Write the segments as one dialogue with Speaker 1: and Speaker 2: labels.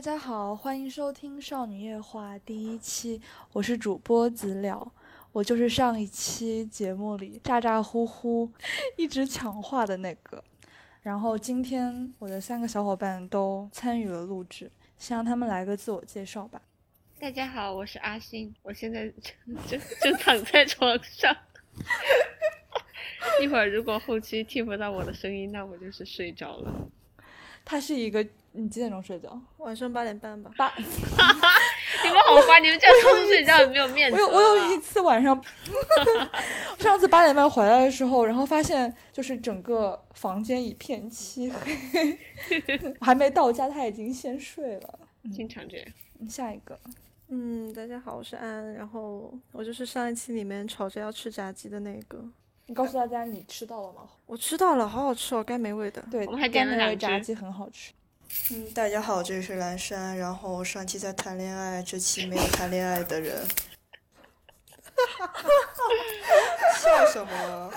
Speaker 1: 家好，欢迎收听《少女夜话》第一期，我是主播子了，我就是上一期节目里咋咋呼呼一直抢话的那个。然后今天我的三个小伙伴都参与了录制，先让他们来个自我介绍吧。
Speaker 2: 大家好，我是阿星，我现在正正正躺在床上。 一会儿如果后期听不到我的声音，那我就是睡着了。
Speaker 1: 他是一个，你几点钟睡觉？
Speaker 3: 晚上八点半吧。
Speaker 1: 八，
Speaker 2: 你们好烦，你们这样偷睡觉也没有面子。
Speaker 1: 我有我有一次晚上， 上次八点半回来的时候，然后发现就是整个房间一片漆黑， 我还没到家，他已经先睡了。
Speaker 2: 经常这样。
Speaker 1: 嗯下一个，
Speaker 3: 嗯，大家好，我是安，然后我就是上一期里面吵着要吃炸鸡的那个，
Speaker 1: 你告诉大家你吃到了吗？
Speaker 3: 我吃到了，好好吃哦，该美味的。
Speaker 1: 对，
Speaker 2: 我们还点了
Speaker 1: 干贝
Speaker 2: 两
Speaker 1: 炸
Speaker 2: 只
Speaker 1: 鸡，很好吃。
Speaker 4: 嗯，大家好，这里是蓝山。然后上期在谈恋爱，这期没有谈恋爱的人，笑什么？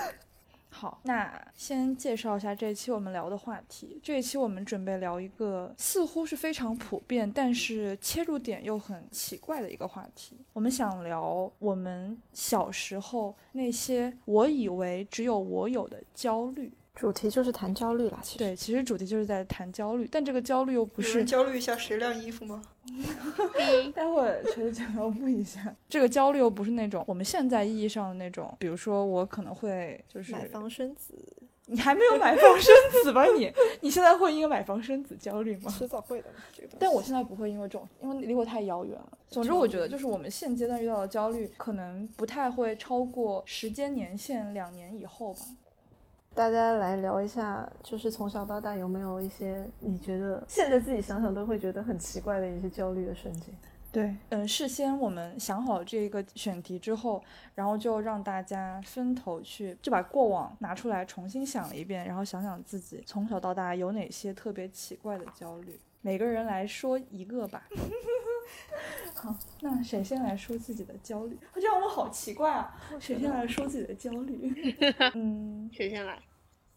Speaker 1: 好，那先介绍一下这一期我们聊的话题。这一期我们准备聊一个似乎是非常普遍，但是切入点又很奇怪的一个话题。我们想聊我们小时候那些我以为只有我有的焦虑。
Speaker 3: 主题就是谈焦虑啦，其实。
Speaker 1: 对，其实主题就是在谈焦虑，但这个焦虑又不
Speaker 4: 有
Speaker 1: 是
Speaker 4: 人焦虑一下谁晾衣服吗？
Speaker 1: 待会儿垂直卷毛布一下。这个焦虑又不是那种我们现在意义上的那种，比如说我可能会就是
Speaker 3: 买房生子，
Speaker 1: 你还没有买房生子吧你？ 你现在会因为买房生子焦虑吗？
Speaker 3: 迟早会的嘛，这个东西。
Speaker 1: 但我现在不会因为这种，因为离我太遥远了。总之，我觉得就是我们现阶段遇到的焦虑，可能不太会超过时间年限两年以后吧。
Speaker 3: 大家来聊一下，就是从小到大有没有一些你觉得现在自己想想都会觉得很奇怪的一些焦虑的瞬间？
Speaker 1: 对，嗯，事先我们想好这个选题之后，然后就让大家分头去，就把过往拿出来重新想了一遍，然后想想自己从小到大有哪些特别奇怪的焦虑。每个人来说一个 吧。好，那谁先来说自己的焦虑？ 这样我好奇怪啊！谁先来说自己的焦 虑？嗯，
Speaker 2: 谁先来？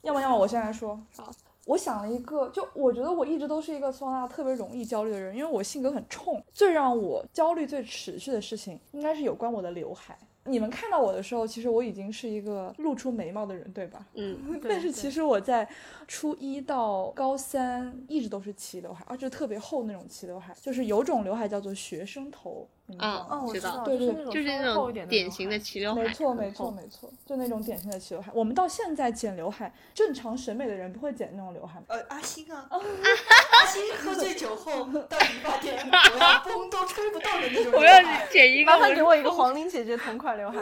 Speaker 1: 要么要么我先来说。
Speaker 2: 好，
Speaker 1: 我想了一个，就我觉得我一直都是一个从小到大特别容易焦虑的人，因为我性格很冲。最让我焦虑、最持续的事情，应该是有关我的刘海。你们看到我的时候，其实我已经是一个露出眉毛的人，对吧？
Speaker 2: 嗯，
Speaker 1: 但是其实我在初一到高三一直都是齐刘海，而且特别厚那种齐刘海，就是有种刘海叫做学生头，你们知道
Speaker 2: 啊
Speaker 1: 吗？
Speaker 3: 哦，我
Speaker 2: 知
Speaker 3: 知
Speaker 2: 道
Speaker 3: 道，
Speaker 1: 对对
Speaker 3: 是那种
Speaker 2: 就是那
Speaker 3: 稍微厚
Speaker 2: 种
Speaker 3: 一点
Speaker 2: 典型的
Speaker 3: 刘海
Speaker 2: 齐刘海，
Speaker 1: 没错，没
Speaker 2: 很
Speaker 1: 错，
Speaker 2: 厚。
Speaker 1: 没错，就那种典型的齐刘海。我们到现在剪刘海，正常审美的人不会剪那种刘海。
Speaker 4: 呃，阿星啊， 阿星喝醉酒后到理发店，我要崩都吹不到的那种。
Speaker 2: 我要剪一个，
Speaker 3: 麻烦给我一个黄龄姐姐同款刘海，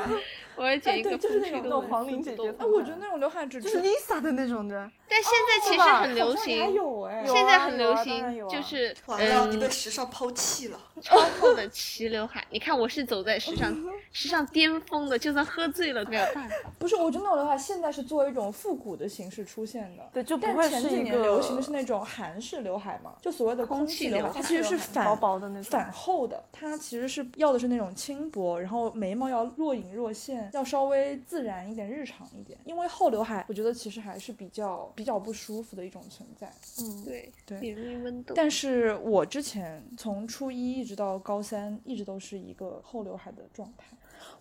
Speaker 2: 我要剪一个
Speaker 1: 哎对就是那
Speaker 2: 蓬
Speaker 1: 种
Speaker 3: 那
Speaker 2: 松的
Speaker 3: 种黄龄姐姐
Speaker 1: 哎，
Speaker 3: 同款。
Speaker 1: 我觉得那种刘海只
Speaker 3: 嗯就是 Lisa 的那种的。
Speaker 2: 但现在其实
Speaker 3: 吧
Speaker 2: 很流
Speaker 1: 好像也还
Speaker 2: 行，
Speaker 1: 有哎，
Speaker 3: 有
Speaker 2: 现在
Speaker 3: 啊
Speaker 2: 很
Speaker 3: 有
Speaker 2: 流
Speaker 3: 啊当然
Speaker 2: 行，
Speaker 3: 有啊
Speaker 2: 就是
Speaker 4: 完了， 你
Speaker 2: 嗯
Speaker 4: 被，时尚抛弃了。
Speaker 2: 超厚的齐刘海。你看我是走在时尚时尚巅峰的，就算喝醉了没有办法。
Speaker 1: 不是，我觉得那种刘海现在是作为一种复古的形式出现的。
Speaker 3: 对，就不
Speaker 1: 但
Speaker 3: 会
Speaker 1: 前
Speaker 3: 是
Speaker 1: 几
Speaker 3: 一
Speaker 1: 年
Speaker 3: 个
Speaker 1: 流行的是那种韩式刘海嘛，就所谓的
Speaker 2: 空
Speaker 1: 空
Speaker 2: 气
Speaker 1: 气
Speaker 2: 刘
Speaker 1: 海，
Speaker 2: 海
Speaker 1: 它其实是反
Speaker 3: 薄薄的那种。
Speaker 1: 反厚的，它其实是要的是那种轻薄，然后眉毛要若隐若现，要稍微自然一点、日常一点。因为厚刘海，我觉得其实还是比较比较不舒服的一种存在。
Speaker 3: 嗯，
Speaker 2: 对，
Speaker 1: 对
Speaker 2: 比如温度。
Speaker 1: 但是我之前从初一一直到高三，一直都是一个后刘海的状态。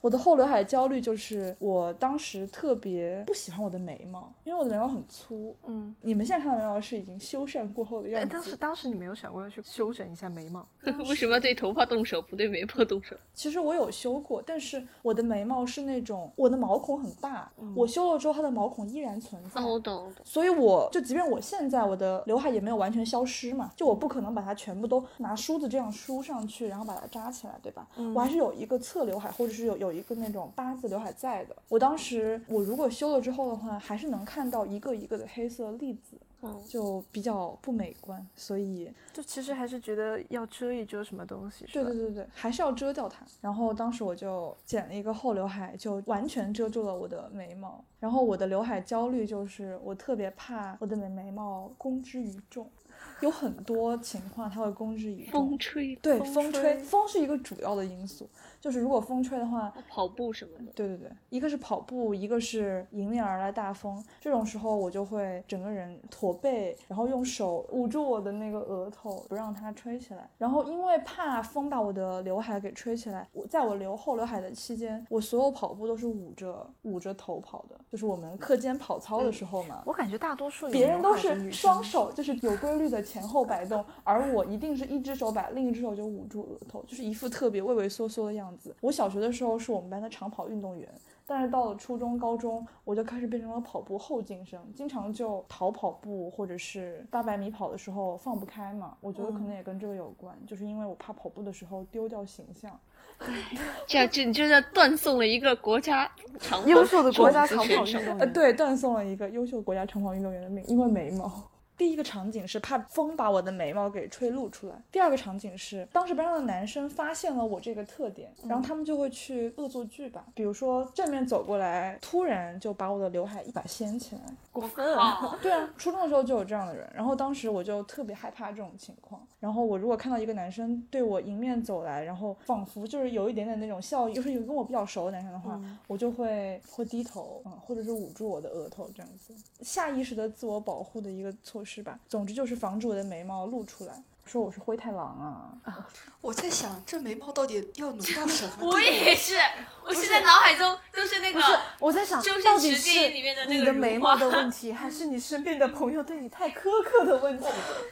Speaker 1: 我的后刘海焦虑就是我当时特别不喜欢我的眉毛，因为我的眉毛很粗。
Speaker 3: 嗯，
Speaker 1: 你们现在看到的眉毛是已经修缮过后的
Speaker 3: 哎
Speaker 1: 样
Speaker 3: 当时
Speaker 1: 子。
Speaker 3: 当时你没有想过要去修整一下眉毛？
Speaker 2: 为什么要对头发动手，不对眉毛动手？
Speaker 1: 其实我有修过，但是我的眉毛是那种我的毛孔很大，我修了之后它的毛孔依然存在。
Speaker 2: 哦，我懂，我 懂。
Speaker 1: 所以我就即便我现在我的刘海也没有完全消失嘛，就我不可能把它全部都拿梳子这样梳上去，然后把它扎起来，对吧？我还是有一个侧刘海，或者是有有一个那种八字刘海在的。我当时我如果修了之后的话，还是能看到一个一个的黑色粒子，
Speaker 2: 嗯，
Speaker 1: 就比较不美观。所以，
Speaker 3: 就其实还是觉得要遮一遮什么东西，是
Speaker 1: 对
Speaker 3: 吧
Speaker 1: 对对对，还是要遮掉它。然后当时我就剪了一个后刘海，就完全遮住了我的眉毛。然后我的刘海焦虑就是我特别怕我的眉眉毛公之于众。有很多情况它会公之以
Speaker 2: 风
Speaker 1: 众。
Speaker 2: 吹，
Speaker 1: 对，
Speaker 3: 风
Speaker 1: 风
Speaker 3: 吹
Speaker 1: 吹，风是一个主要的因素，就是如果风吹的话，
Speaker 2: 哦跑步什么的。
Speaker 1: 对对对，一个是跑步，一个是迎面而来大风。这种时候我就会整个人驼背，然后用手捂住我的那个额头，不让它吹起来。然后因为怕风把我的刘海给吹起来，我在我留后刘海的期间，我所有跑步都是捂着捂着头跑的，就是我们课间跑操的时候嘛。
Speaker 3: 我感觉大多数有
Speaker 1: 别人
Speaker 3: 刘
Speaker 1: 都
Speaker 3: 海的
Speaker 1: 是
Speaker 3: 女
Speaker 1: 双
Speaker 3: 生
Speaker 1: 手，就是有规律的前后摆动，而我一定是一只手摆，另一只手就捂住额头，就是一副特别畏畏缩缩的样子。我小学的时候是我们班的长跑运动员，但是到了初中、高中，我就开始变成了跑步后进生，经常就逃跑步或者是八百米跑的时候放不开嘛。我觉得可
Speaker 3: 嗯
Speaker 1: 能也跟这个有关，就是因为我怕跑步的时候丢掉形象。
Speaker 2: 这样就你就在断送了一个国家长跑
Speaker 3: 优秀的国家
Speaker 2: 种子
Speaker 3: 长跑
Speaker 2: 选
Speaker 3: 运
Speaker 2: 手
Speaker 5: 嗯
Speaker 3: 动
Speaker 1: 呃，
Speaker 3: 员，
Speaker 1: 对，断送了一个优秀国家长跑运动员的名，因为眉毛。第一个场景是怕风把我的眉毛给吹露出来，第二个场景是当时班上的男生发现了我这个特点，然后他们就会去恶作剧吧，比如说正面走过来，突然就把我的刘海一把掀起来。
Speaker 3: 过分啊！
Speaker 2: 哦，
Speaker 1: 对啊，初中的时候就有这样的人，然后当时我就特别害怕这种情况。然后我如果看到一个男生对我迎面走来，然后仿佛就是有一点点那种笑意，就是有跟我比较熟的男生
Speaker 3: 嗯
Speaker 1: 的话，我就会会低头，嗯，或者是捂住我的额头这样子，下意识的自我保护的一个措施吧。总之就是防止我的眉毛露出来。说我是灰太狼啊，
Speaker 4: 我在想，这眉毛到底要浓到什么地步？
Speaker 5: 我也是， 我现在脑海中都是那
Speaker 3: 不是
Speaker 5: 个，
Speaker 3: 我在想
Speaker 5: 周，星
Speaker 3: 到底
Speaker 5: 驰电
Speaker 3: 是
Speaker 5: 影里面的那
Speaker 3: 你
Speaker 5: 个
Speaker 3: 的
Speaker 5: 如
Speaker 3: 眉
Speaker 5: 花
Speaker 3: 毛的 问题，还是你身边的朋友对你太苛刻的问题？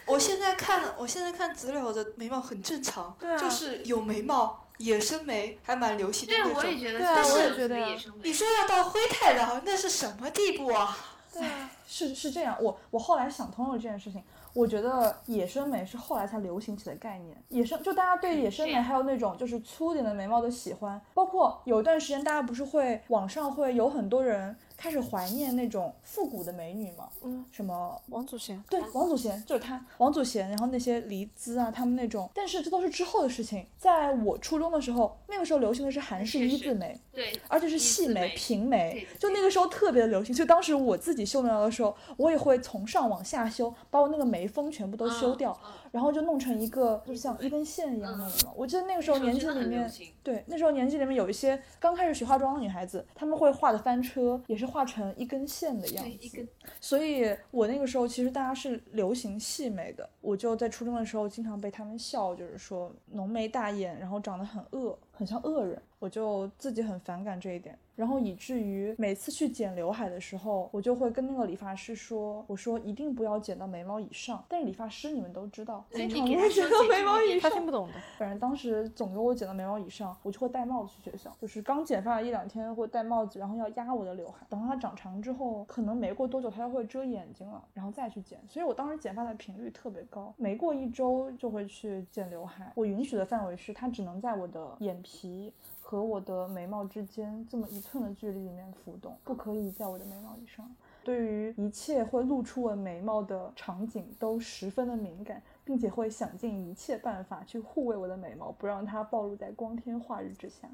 Speaker 4: 我现在看，我现在看资料，我的眉毛很正常，
Speaker 3: 对啊
Speaker 4: 就是有眉毛，野生眉还蛮流行的
Speaker 5: 对
Speaker 4: 那种。
Speaker 5: 我也觉得，
Speaker 3: 对啊
Speaker 5: 但是
Speaker 3: 我也
Speaker 5: 有
Speaker 3: 觉得呀
Speaker 5: 野生
Speaker 4: 你
Speaker 5: 美
Speaker 4: 说要到灰太狼，那是什么地步啊？
Speaker 3: 对啊，
Speaker 1: 是是这样，我我后来想通了这件事情，我觉得野生美是后来才流行起的概念。野生就大家对野生美
Speaker 5: 这样
Speaker 1: 还有那种就是粗点的眉毛的喜欢，包括有一段时间大家不是会网上会有很多人开始怀念那种复古的美女嘛，
Speaker 3: 嗯，
Speaker 1: 什么
Speaker 3: 王祖贤，
Speaker 1: 对，王祖贤就是他，王祖贤，然后那些黎姿啊，他们那种，但是这都是之后的事情。在我初中的时候，那个时候流行的是韩式
Speaker 5: 是
Speaker 1: 一
Speaker 5: 是
Speaker 1: 字眉，
Speaker 5: 对，
Speaker 1: 而且是
Speaker 5: 一
Speaker 1: 细
Speaker 5: 字
Speaker 1: 眉、
Speaker 5: 眉
Speaker 1: 平
Speaker 5: 对
Speaker 1: 眉
Speaker 5: 对，
Speaker 1: 就那个时候特别的流行。就当时我自己修眉毛的时候，我也会从上往下修，把我那个眉峰全部都修
Speaker 5: 嗯
Speaker 1: 掉，然后就弄成一个就像一根线一样的眉毛。我记得那个时候年纪
Speaker 5: 真的
Speaker 1: 里
Speaker 5: 很流
Speaker 1: 面，
Speaker 5: 行。
Speaker 1: 对，那时候年纪里面有一些刚开始学化妆的女孩子，她们会画的翻车，也是画成一根线的样
Speaker 5: 对一
Speaker 1: 子
Speaker 5: 根。
Speaker 1: 所以我那个时候其实大家是流行细眉的，我就在初中的时候经常被他们笑，就是说浓眉大眼，然后长得很恶，很像恶人，我就自己很反感这一点。然后以至于每次去剪刘海的时候，我就会跟那个理发师说：“我说一定不要剪到眉毛以上。”但是理发师你们都知道，
Speaker 5: 对
Speaker 1: 经
Speaker 5: 你
Speaker 1: 常都
Speaker 5: 给他
Speaker 1: 会剪
Speaker 5: 说
Speaker 1: 到
Speaker 5: 剪
Speaker 1: 眉
Speaker 5: 一
Speaker 1: 毛以
Speaker 5: 点
Speaker 3: 他
Speaker 1: 上。
Speaker 3: 听不懂 的。
Speaker 1: 反正当时总给我剪到眉毛以上，我就会戴帽子去学校。就是刚剪发一两天会戴帽子，然后要压我的刘海。等到它长长之后，可能没过多久它就会遮眼睛了，然后再去剪。所以我当时剪发的频率特别高，没过一周就会去剪刘海。我允许的范围是它只能在我的眼皮。和我的眉毛之间这么一寸的距离里面浮动，不可以在我的眉毛以上。对于一切会露出我眉毛的场景都十分的敏感，并且会想尽一切办法去护卫我的眉毛，不让它暴露在光天化日之下。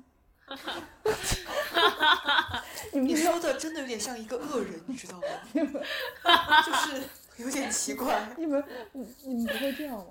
Speaker 1: 你们
Speaker 4: 你
Speaker 1: 知道
Speaker 4: 说的真的有点像一个恶人，你知道吗？就是有点奇怪。
Speaker 1: 你们你你们不会这样吗？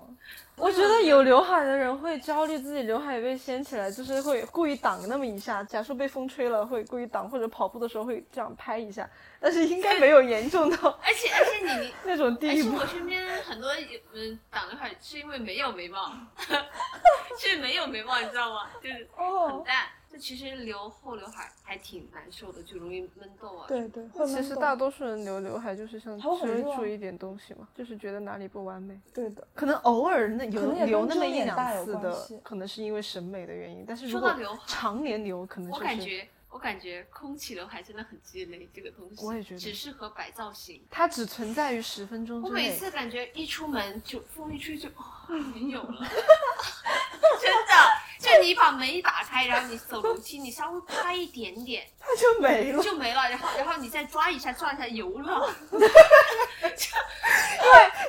Speaker 3: 我觉得有刘海的人会焦虑自己刘海被掀起来，就是会故意挡那么一下。假设被风吹了，会故意挡，或者跑步的时候会这样拍一下，但是应
Speaker 5: 哎
Speaker 3: 该没有严重到
Speaker 5: 而且而且你你，
Speaker 3: 那种
Speaker 5: 而
Speaker 3: 地
Speaker 5: 且
Speaker 3: 步。
Speaker 5: 我身边很多嗯挡刘海是因为没有眉毛， 是没有眉毛，你知道吗？就是很
Speaker 1: 哦，
Speaker 5: 淡。就其实留后刘海还挺难受的，就容易闷痘啊。
Speaker 1: 对对，会
Speaker 3: 其
Speaker 1: 闷
Speaker 3: 实
Speaker 1: 痘
Speaker 3: 大多数人留刘海就是想
Speaker 1: 还会
Speaker 3: 稍
Speaker 1: 很
Speaker 3: 微
Speaker 1: 热啊
Speaker 3: 注意一点东西嘛，就是觉得哪里不完美。
Speaker 1: 对的，
Speaker 3: 可能偶尔那有
Speaker 1: 可能也跟
Speaker 3: 留那么
Speaker 1: 遮
Speaker 3: 一
Speaker 1: 掩大有
Speaker 3: 两次
Speaker 1: 关
Speaker 3: 的
Speaker 1: 系，
Speaker 3: 可能是因为审美的原因，但是如
Speaker 5: 说到
Speaker 3: 果
Speaker 5: 刘海
Speaker 3: 常年留，可能
Speaker 5: 我
Speaker 3: 就
Speaker 5: 感
Speaker 3: 是
Speaker 5: 觉，我感觉空气刘海真的很鸡肋，这个东西。
Speaker 3: 我也觉得
Speaker 5: 只适合摆造型。
Speaker 3: 它只存在于十分钟
Speaker 5: 我
Speaker 3: 之
Speaker 5: 每
Speaker 3: 内。
Speaker 5: 次感觉一出门就风一吹就、哦、 没有了， 真的。就你把门一打开，然后你走楼梯，你稍微拍一点点
Speaker 3: 它就没了，
Speaker 5: 就没了，然后然后你再抓一下抓一下油 了，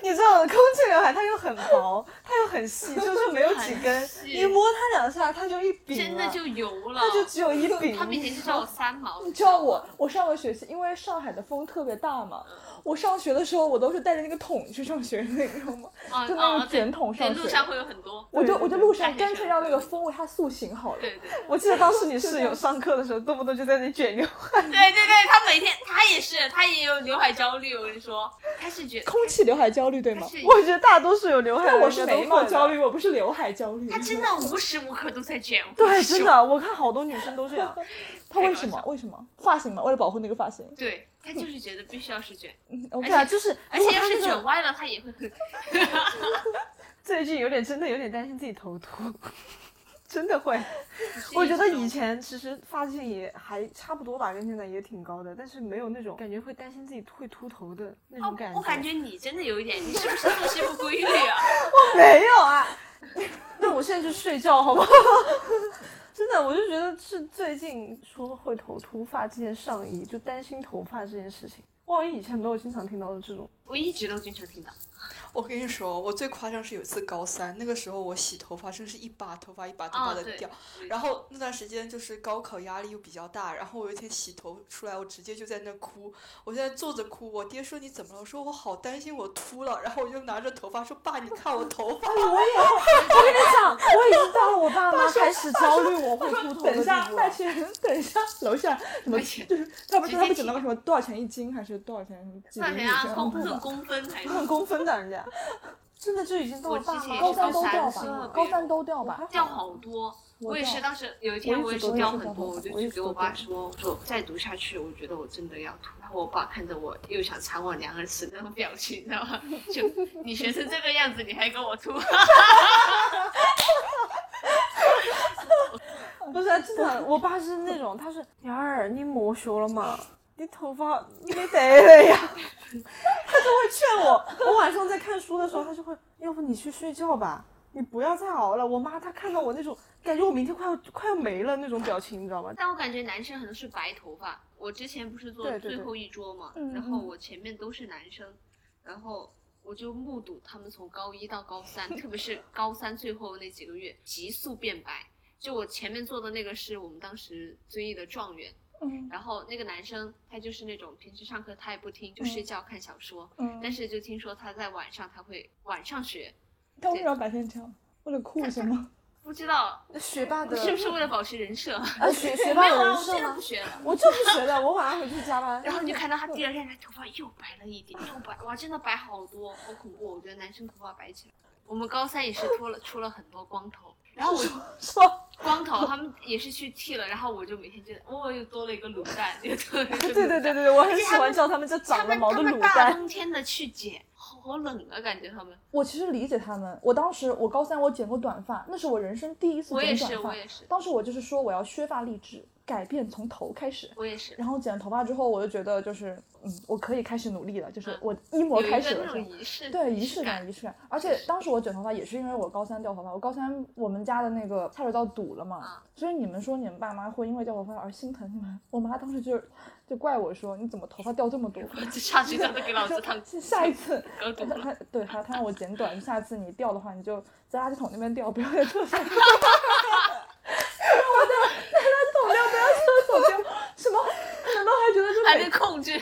Speaker 3: 你知道空气刘海它又很薄，它又很细，就是没有几根，
Speaker 5: 细
Speaker 3: 你摸它两下，它就一柄
Speaker 5: 真的
Speaker 3: 了
Speaker 5: 就油了。
Speaker 3: 它就只有一柄。
Speaker 5: 他们以前就叫我三毛，
Speaker 1: 你知道我，我上个学期因为上海的风特别大嘛，我上学的时候我都是带着那个桶去上学的，你知道吗？
Speaker 5: 啊
Speaker 1: 就那
Speaker 5: 啊
Speaker 1: 种，卷桶
Speaker 5: 对，
Speaker 1: 上
Speaker 5: 路
Speaker 1: 学。
Speaker 5: 上会有很多，
Speaker 1: 我就我就路上
Speaker 5: 对对
Speaker 1: 干脆让那个风为它塑形好了。
Speaker 5: 对对
Speaker 3: 我记得当 时你室友上课的时候，动不动就在那卷刘海。
Speaker 5: 对对对，他每天他也是，他也有刘海焦虑，我跟你说，他是觉得
Speaker 1: 空气刘海焦虑对
Speaker 5: 他
Speaker 1: 吗？
Speaker 5: 是
Speaker 3: 我觉得大多数有刘海的
Speaker 1: 但
Speaker 3: 人
Speaker 1: 我是眉毛焦
Speaker 3: 虑。
Speaker 1: 虑，我不是刘海焦虑。
Speaker 5: 他真的无时无刻都在卷，我跟
Speaker 3: 对，
Speaker 5: 你说
Speaker 3: 真的，我看好多女生都这样。
Speaker 1: 他为什么？为什么？发型嘛，为了保护那个发型。
Speaker 5: 对他就是觉得必须要是卷，
Speaker 1: OK，
Speaker 3: 对啊，就是
Speaker 5: 而
Speaker 3: 如
Speaker 5: 且
Speaker 3: 果
Speaker 5: 要
Speaker 3: 她
Speaker 5: 是
Speaker 3: 那
Speaker 5: 卷
Speaker 3: 个
Speaker 5: 歪了，他也会很
Speaker 3: 最近有点真的有点担心自己头秃， 真的会。我觉得以前其实发际线也还差不多吧，跟现在也挺高的，但是没有那种感觉会担心自己会秃头的那种感
Speaker 5: 哦我感觉你真的有一点，你是不是作息不规律啊？
Speaker 3: 没有啊。 那我现在去睡觉好不好？ 真的，我就觉得是最近说会头秃发际线上移，就担心头发这件事情。我好像以前没有经常听到的这种。
Speaker 5: 我一直都经常听到，
Speaker 4: 我跟你说，我最夸张是有一次高三，那个时候我洗头发，真是一把头发一把头发
Speaker 5: 啊
Speaker 4: 的
Speaker 5: 对
Speaker 4: 掉。然后那段时间就是高考压力又比较大，然后我有一天洗头出来，我直接就在那哭，我现在坐着哭。我爹说你怎么了？我说我好担心我秃了，然后我就拿着头发说爸，你看我头发。
Speaker 3: 我也会，我跟你讲，我已经到了我爸妈开始焦虑我会秃头的
Speaker 1: 等一
Speaker 3: 地
Speaker 1: 下，
Speaker 3: 步
Speaker 1: 那
Speaker 3: 了。
Speaker 1: 群人，等一下，楼下什么？
Speaker 5: 而
Speaker 1: 就
Speaker 5: 且
Speaker 1: 是他不是
Speaker 5: 直接
Speaker 1: 他不整那个什么多少钱一斤，还是多少钱什么几
Speaker 5: 算
Speaker 1: 厘米
Speaker 5: 谁
Speaker 1: 这
Speaker 5: 啊？
Speaker 1: 样
Speaker 5: 公
Speaker 1: 的
Speaker 5: 论
Speaker 1: 吧？
Speaker 5: 公分还是
Speaker 3: 很公分的人家，真的就已经到
Speaker 5: 我
Speaker 3: 了
Speaker 5: 之
Speaker 3: 爸
Speaker 5: 前
Speaker 3: 妈
Speaker 5: 也
Speaker 1: 高
Speaker 5: 是
Speaker 1: 三都掉
Speaker 5: 高三
Speaker 1: 吧
Speaker 5: 了，
Speaker 1: 高三都掉吧。
Speaker 5: 掉啊好多。
Speaker 1: 我
Speaker 5: 我也
Speaker 1: 掉
Speaker 5: 是，当时有一天
Speaker 1: 我
Speaker 5: 我
Speaker 1: 一
Speaker 5: 也
Speaker 1: 直
Speaker 5: 是
Speaker 1: 都
Speaker 5: 掉
Speaker 1: 是掉
Speaker 5: 很
Speaker 1: 头
Speaker 5: 多，我
Speaker 1: 发
Speaker 5: 就
Speaker 1: 我一
Speaker 5: 去
Speaker 1: 直
Speaker 5: 给我
Speaker 1: 都
Speaker 5: 爸
Speaker 1: 掉
Speaker 5: 说，我说再读下去，我觉得我真的要吐。然后我爸看着我又想扇我两耳屎那种表情，你知道吗？就 你学成这个样子，你还跟我吐？
Speaker 3: 不是啊真的，我爸是那种，他是杨儿，你莫学了嘛，你头发没得了呀， 他就会劝我。我晚上在看书的时候，他就会，要不你去睡觉吧，你不要再熬了。我妈她看到我那种感觉，我明天快要快要没了那种表情，你知道吗？
Speaker 5: 但我感觉男生很多是白头发。我之前不是坐
Speaker 3: 对对对
Speaker 5: 最后一桌嘛，
Speaker 1: 嗯
Speaker 5: 然后
Speaker 1: 嗯
Speaker 5: 我前面都是男生，然后我就目睹他们从高一到高 三，特别是高三最后那几个月急速变白。就我前面坐的那个是我们当时遵义的状元，
Speaker 1: 嗯
Speaker 5: 然后那个男生他就是那种平时上课他也不听，就睡觉看小说，但
Speaker 1: 嗯，
Speaker 5: 是就听说他在晚上他会晚上学，
Speaker 1: 他为什么要白天这样？为了酷是 吗？
Speaker 5: 不知道
Speaker 3: 学霸的，
Speaker 5: 是不是为了保持人设？
Speaker 3: 啊学学
Speaker 5: 没
Speaker 3: 霸
Speaker 5: 有
Speaker 3: 的
Speaker 5: 啊，
Speaker 3: 人
Speaker 5: 我
Speaker 3: 设
Speaker 5: 现在
Speaker 3: 吗
Speaker 5: 不？学了。
Speaker 3: 我就是学的，我晚上回去加 班。
Speaker 5: 然后你就看到他第二天，他头发又白了一点，又白，哇，真的白好多，好恐怖！我觉得男生头发白起来，我们高三也是脱了出了很多光头，然后 我
Speaker 1: 说
Speaker 5: 光头他们也是去剃了，然后我就每天觉得，哦，又多了一个卤蛋，又多了 一个
Speaker 3: 对对对
Speaker 5: 卤蛋
Speaker 3: 对对，我很
Speaker 5: 而且
Speaker 3: 喜
Speaker 5: 他
Speaker 3: 欢
Speaker 5: 们
Speaker 3: 叫他们这
Speaker 5: 他
Speaker 3: 长了
Speaker 5: 们
Speaker 3: 毛
Speaker 5: 他
Speaker 3: 的
Speaker 5: 们
Speaker 3: 卤
Speaker 5: 大
Speaker 3: 蛋。
Speaker 5: 冬天的去剪，好好冷啊，感觉他们。
Speaker 1: 我其实理解他们。我当时我高三我剪过短发，那是我人生第一次
Speaker 5: 我也
Speaker 1: 剪
Speaker 5: 是，
Speaker 1: 短
Speaker 5: 我
Speaker 1: 发。
Speaker 5: 也是，
Speaker 1: 当时我就是说我要削发立志，改变从头开始。
Speaker 5: 我也是。
Speaker 1: 然后剪了头发之后，我就觉得就是，嗯，我可以开始努力了，就是
Speaker 5: 嗯
Speaker 1: 我一模
Speaker 5: 有一
Speaker 1: 开
Speaker 5: 个
Speaker 1: 始
Speaker 5: 那
Speaker 1: 了，
Speaker 5: 种仪式，
Speaker 1: 对呃仪式感，仪式感。而且
Speaker 5: 是
Speaker 1: 当时我剪头发也是因为我高三掉头发，我高三我们家的那个下水道堵了嘛
Speaker 5: 啊，
Speaker 1: 所以你们说你们爸妈会因为掉头发而心疼你们，我妈当时就就怪我说你怎么头发掉这么 多，
Speaker 5: 我就下去叫他给老子烫
Speaker 1: 就下一次
Speaker 5: 搞懂
Speaker 1: 他
Speaker 5: 了。
Speaker 1: 他对他他让我剪短，下次你掉的话，你就在垃圾桶那边掉， 不要在厕所。然后我在在垃圾桶掉，不要在厕所掉。 什么？难道还觉得
Speaker 5: 还
Speaker 1: 这
Speaker 5: 能
Speaker 1: 每
Speaker 5: 控制，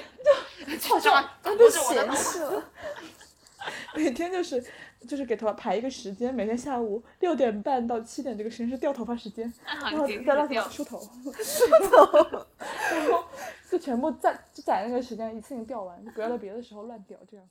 Speaker 1: 好像
Speaker 3: 啊
Speaker 5: 就抓
Speaker 1: 被
Speaker 5: 控制我的
Speaker 1: 嫌
Speaker 5: 头发
Speaker 1: 弃了？ 每天就是就是给头发排一个时间，每天下午六点半到七点这个时间是掉头发时间，
Speaker 5: 按
Speaker 1: 然后
Speaker 5: 行
Speaker 1: 在
Speaker 5: 情
Speaker 1: 垃圾
Speaker 5: 啊掉
Speaker 1: 桶。梳 头，然后就全部在就在那个时间一次性掉完，就不要在别的时候乱掉这样。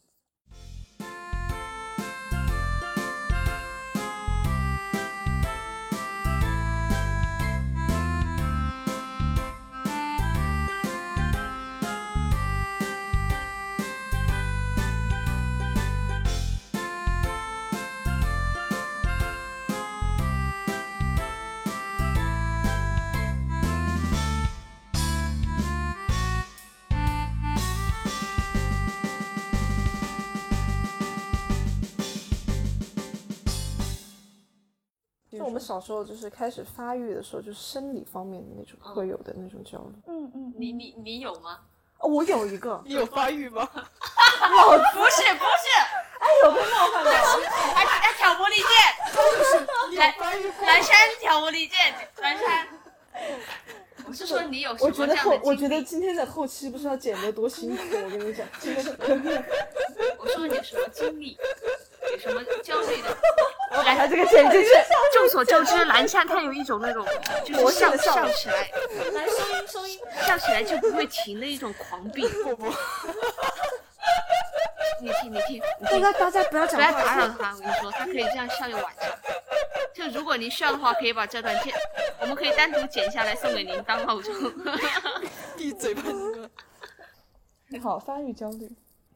Speaker 3: 就我们小时候就是开始发育的时候，就是生理方面的那种会有的那种焦虑。
Speaker 1: 嗯嗯，
Speaker 5: 你你你有吗？
Speaker 3: 哦，我有一个，
Speaker 4: 你有发育吗？
Speaker 5: 不是不是，
Speaker 3: 哎，有被冒犯到，
Speaker 5: 还还挑拨离间，
Speaker 4: 来翻译过
Speaker 5: 蓝山挑拨离间，蓝山。我是说你有什
Speaker 3: 我
Speaker 5: 么
Speaker 3: 觉
Speaker 5: 这
Speaker 3: 得
Speaker 5: 样
Speaker 3: 后
Speaker 5: 的，
Speaker 3: 我
Speaker 5: 经
Speaker 3: 觉得
Speaker 5: 历？
Speaker 3: 今天的后期不知道剪得多辛苦，我跟你讲，真的是。
Speaker 5: 我说你有什么经历？有什么焦虑的？
Speaker 3: 我把哎他这个剪 进去，
Speaker 5: 众所周知，蓝山它有一种那种就是笑笑起来，
Speaker 2: 来收音收音，
Speaker 5: 笑起来就不会停的一种狂病。
Speaker 4: 不不，
Speaker 5: 你听，你听，你
Speaker 3: 大
Speaker 5: 听，
Speaker 3: 家大家不要
Speaker 5: 不
Speaker 3: 讲
Speaker 5: 要
Speaker 3: 话，
Speaker 5: 打扰他。我跟你说，他可以这样笑一晚上。就如果您需要的话，可以把这段片，我们可以单独剪下来送给您当后钟。
Speaker 4: 闭嘴吧你们！
Speaker 1: 你好，发育焦虑。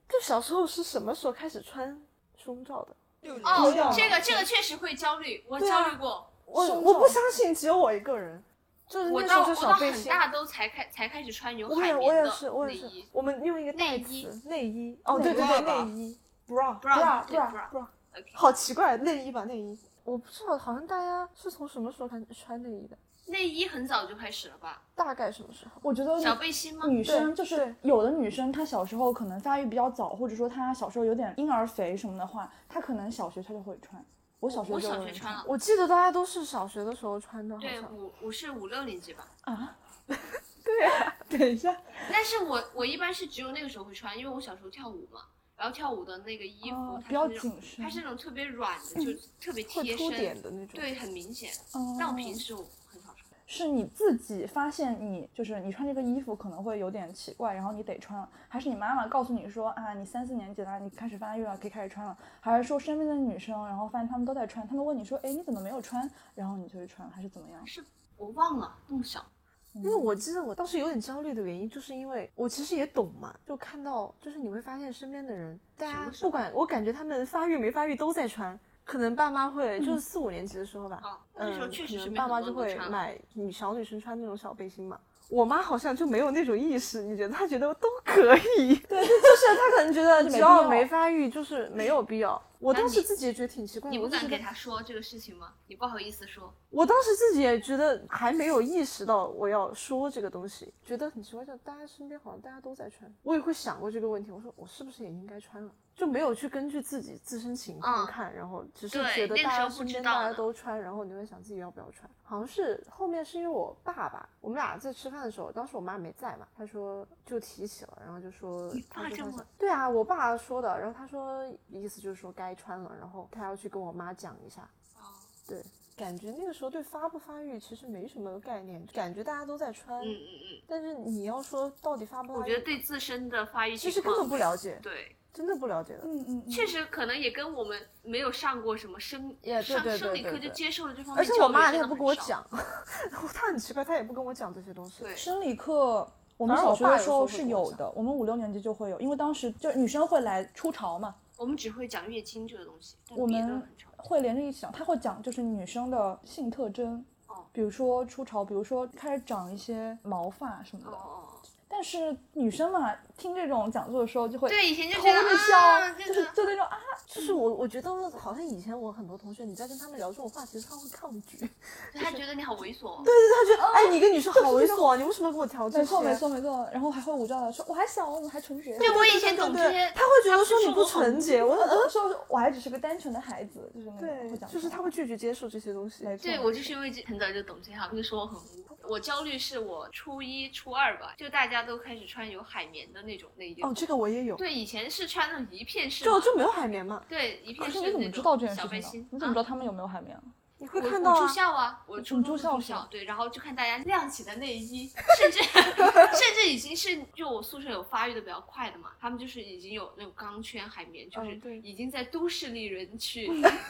Speaker 3: 就小时候是什么时候开始穿胸罩的？
Speaker 4: 六年
Speaker 1: 哦 这
Speaker 5: 个这个确实会焦虑，我
Speaker 3: 对啊焦虑
Speaker 5: 过。
Speaker 3: 我
Speaker 1: 胸
Speaker 3: 我
Speaker 1: 罩
Speaker 3: 不相信只有我一个人，就是
Speaker 5: 我
Speaker 3: 那时
Speaker 5: 到
Speaker 3: 候就
Speaker 5: 我
Speaker 3: 小
Speaker 5: 到
Speaker 3: 背
Speaker 5: 很
Speaker 3: 心。
Speaker 5: 大都才开才开始穿牛
Speaker 3: 我也
Speaker 5: 海
Speaker 3: 我
Speaker 5: 绵
Speaker 3: 也
Speaker 5: 的
Speaker 3: 是我
Speaker 5: 内
Speaker 3: 也是
Speaker 5: 衣，
Speaker 3: 我们用一个代
Speaker 5: 内衣
Speaker 3: 词内衣哦
Speaker 1: 内
Speaker 3: 对对对
Speaker 4: 衣吧
Speaker 3: 内衣 bra
Speaker 5: Bra，对
Speaker 3: bra
Speaker 5: bra
Speaker 3: bra，
Speaker 5: OK
Speaker 3: 好奇怪内衣吧内衣，我不知道好像大家是从什么时候开始穿内衣的，
Speaker 5: 内衣很早就开始了吧？
Speaker 3: 大概什么时候？
Speaker 1: 我觉得
Speaker 5: 小背心吗？
Speaker 1: 女生
Speaker 3: 对
Speaker 1: 就是
Speaker 3: 对
Speaker 1: 有的女生，她小时候可能发育比较早，或者说她小时候有点婴儿肥什么的话，她可能小学她就会穿。我小学
Speaker 5: 我
Speaker 1: 就
Speaker 5: 小
Speaker 1: 有
Speaker 5: 学
Speaker 1: 人
Speaker 5: 穿了，
Speaker 3: 我记得大家都是小学的时候穿的，好
Speaker 5: 对，
Speaker 3: 像
Speaker 5: 五我是五六年级吧。
Speaker 1: 啊，
Speaker 3: 对啊，
Speaker 1: 等一下，
Speaker 5: 但是我我一般是只有那个时候会穿，因为我小时候跳舞嘛，然后跳舞的那个衣服、
Speaker 1: 哦
Speaker 5: 它
Speaker 1: 比较
Speaker 5: 是那种
Speaker 1: 紧身
Speaker 5: 它是那种特别软的，就特别
Speaker 3: 嗯会
Speaker 5: 贴
Speaker 3: 凸点
Speaker 5: 身，
Speaker 3: 的那种。
Speaker 5: 对，很明显。
Speaker 1: 哦
Speaker 5: 但我平时我很少穿，
Speaker 1: 是你自己发现你就是你穿这个衣服可能会有点奇怪，然后你得穿了，还是你妈妈告诉你说啊，你三四年级了，你开始发育了，可以开始穿了，还是说身边的女生，然后发现她们都在穿，她们问你说，哎，你怎么没有穿？然后你就去穿，还是怎么样？
Speaker 5: 是我忘了那么小。
Speaker 1: 因
Speaker 3: 因为我记得我当时有点焦虑的原因，就是因为我其实也懂嘛，就看到就是你会发现身边的人，大
Speaker 5: 什
Speaker 3: 家
Speaker 5: 么时候
Speaker 3: 不管我感觉他们发育没发育都在穿，可能爸妈会就是
Speaker 5: 嗯
Speaker 3: 四五年级的时候吧，
Speaker 5: 哦，那
Speaker 3: 嗯，
Speaker 5: 时候确实
Speaker 3: 可
Speaker 5: 是
Speaker 3: 能
Speaker 5: 没
Speaker 3: 爸
Speaker 5: 很多
Speaker 3: 妈
Speaker 5: 人
Speaker 3: 就
Speaker 5: 会
Speaker 3: 会
Speaker 5: 穿了。
Speaker 3: 买女小女生穿那种小背心嘛。我妈好像就没有那种意识，你觉得她觉得都可以，对，就是她可能觉得
Speaker 1: 没
Speaker 3: 只
Speaker 1: 必
Speaker 3: 要
Speaker 1: 要
Speaker 3: 没发育就是没有必要。我
Speaker 5: 那
Speaker 3: 当时
Speaker 5: 你
Speaker 3: 自己也觉得挺奇怪，
Speaker 5: 你
Speaker 3: 我
Speaker 5: 不
Speaker 3: 就
Speaker 5: 敢
Speaker 3: 觉
Speaker 5: 给
Speaker 3: 得
Speaker 5: 他说这个事情吗？你不好意思说，
Speaker 3: 我当时自己也觉得还没有意识到我要说这个东西，觉得很奇怪，就大家身边好像大家都在穿，我也会想过这个问题，我说我是不是也应该穿了，就没有去根据自己自身情
Speaker 5: 嗯
Speaker 3: 况看，然后只是
Speaker 5: 对
Speaker 3: 觉得
Speaker 5: 那个
Speaker 3: 大
Speaker 5: 时候
Speaker 3: 家
Speaker 5: 不
Speaker 3: 身
Speaker 5: 知
Speaker 3: 边
Speaker 5: 道
Speaker 3: 大家
Speaker 5: 呢
Speaker 3: 都穿，然后你会想自己要不要穿，好像是后面是因为我爸爸，我们俩在吃饭的时候，当时我妈没在嘛，他说就提起了，然后就说
Speaker 5: 你
Speaker 3: 他
Speaker 5: 爸
Speaker 3: 就
Speaker 5: 这
Speaker 3: 发
Speaker 5: 么
Speaker 3: 现对啊，我爸说的，然后他说意思就是说该穿了，然后他要去跟我妈讲一下，对，感觉那个时候对发不发育其实没什么概念，感觉大家都在穿，
Speaker 5: 嗯嗯
Speaker 3: 但是你要说到底发不
Speaker 5: 嗯，我
Speaker 3: 发
Speaker 5: 觉得
Speaker 3: 育，
Speaker 5: 对自身的发育
Speaker 3: 其
Speaker 5: 情
Speaker 3: 实根本
Speaker 5: 况，
Speaker 3: 不了解，
Speaker 5: 对，
Speaker 3: 真的不了解的。
Speaker 1: 嗯嗯，嗯
Speaker 5: 确实可能也跟我们没有上过什么生
Speaker 3: 也对
Speaker 5: 上
Speaker 3: 对
Speaker 5: 生
Speaker 3: 对
Speaker 5: 理
Speaker 3: 对
Speaker 5: 课就
Speaker 3: 对
Speaker 5: 接受了这方
Speaker 3: 而
Speaker 5: 面
Speaker 3: 且
Speaker 5: 教育，
Speaker 3: 我妈她
Speaker 5: 真
Speaker 3: 也
Speaker 5: 的
Speaker 3: 不
Speaker 5: 很
Speaker 3: 跟我
Speaker 5: 少，
Speaker 3: 讲， 她很奇怪，她也不跟我讲这些东西。
Speaker 5: 对，啊
Speaker 1: 生理课，我们
Speaker 3: 反正
Speaker 1: 小
Speaker 3: 我
Speaker 1: 学
Speaker 3: 爸
Speaker 1: 的
Speaker 3: 有
Speaker 1: 时
Speaker 3: 时候
Speaker 1: 候
Speaker 3: 会
Speaker 1: 是
Speaker 3: 跟我
Speaker 1: 有
Speaker 3: 讲
Speaker 1: 的，我们五六年级就会有，因为当时就女生会来初潮嘛，
Speaker 5: 我们只会讲月经这个东西，但
Speaker 1: 我
Speaker 5: 别的
Speaker 1: 们
Speaker 5: 很少。
Speaker 1: 会连着一起讲，他会讲就是女生的性特征
Speaker 5: 哦，
Speaker 1: 比如说初潮，比如说开始长一些毛发什么
Speaker 5: 哦
Speaker 1: 的。
Speaker 5: 哦
Speaker 1: 但是女生嘛，听这种讲座的时候就会
Speaker 5: 哦，对，以前就
Speaker 1: 偷
Speaker 5: 觉得
Speaker 1: 着笑，
Speaker 5: 啊，
Speaker 1: 就
Speaker 5: 真
Speaker 1: 是
Speaker 5: 的
Speaker 1: 就那种啊，
Speaker 3: 就是我，我觉得好像以前我很多同学，你在跟他们聊这种话题，他会抗拒。对
Speaker 5: 他觉得你好猥琐。哦
Speaker 3: 对，他觉得，哎，你一个女生好猥琐啊，你为什么要跟我调这些？
Speaker 1: 没错没错没错，然后还会无照的说我还小，我们还纯洁。
Speaker 5: 对，我以
Speaker 3: 对，
Speaker 5: 前
Speaker 3: 对
Speaker 5: 懂
Speaker 3: 对
Speaker 5: 这些，
Speaker 3: 他会觉得说你不纯洁，我
Speaker 1: 呃说我还只是个单纯的孩子，就是那种会
Speaker 3: 对，
Speaker 1: 讲这种，
Speaker 3: 就是他会拒绝接受这些东西。哦
Speaker 1: 没错，
Speaker 5: 对我就是因为这很早就懂这些，我就说我很污。我焦虑是我初一、初二吧，就大家都开始穿有海绵的那种内衣。
Speaker 3: 哦，这个我也有，
Speaker 5: 对，以前是穿那种一片式的
Speaker 3: 就
Speaker 5: 嘛，
Speaker 3: 就没有海绵嘛，
Speaker 5: 对一
Speaker 1: 可
Speaker 5: 片式
Speaker 1: 是
Speaker 5: 的
Speaker 1: 你
Speaker 5: 那
Speaker 1: 怎么
Speaker 5: 种
Speaker 1: 知道哦这件
Speaker 5: 小
Speaker 1: 事
Speaker 5: 背
Speaker 1: 情
Speaker 5: 心
Speaker 1: 呢？？你怎么知
Speaker 5: 啊
Speaker 1: 道他们有没有海绵？
Speaker 3: 你会
Speaker 5: 我
Speaker 3: 看
Speaker 5: 我
Speaker 3: 到
Speaker 5: 住
Speaker 3: 啊。
Speaker 5: 校啊，我初
Speaker 1: 你
Speaker 5: 中
Speaker 1: 住
Speaker 5: 是
Speaker 1: 校
Speaker 5: 住
Speaker 1: 是吗
Speaker 5: 校，对，然后就看大家亮起的内衣， 甚至甚至已经是就我宿舍有发育的比较快的嘛，他们就是已经有那种钢圈海绵，就是
Speaker 3: 嗯对
Speaker 5: 已经在都市丽人去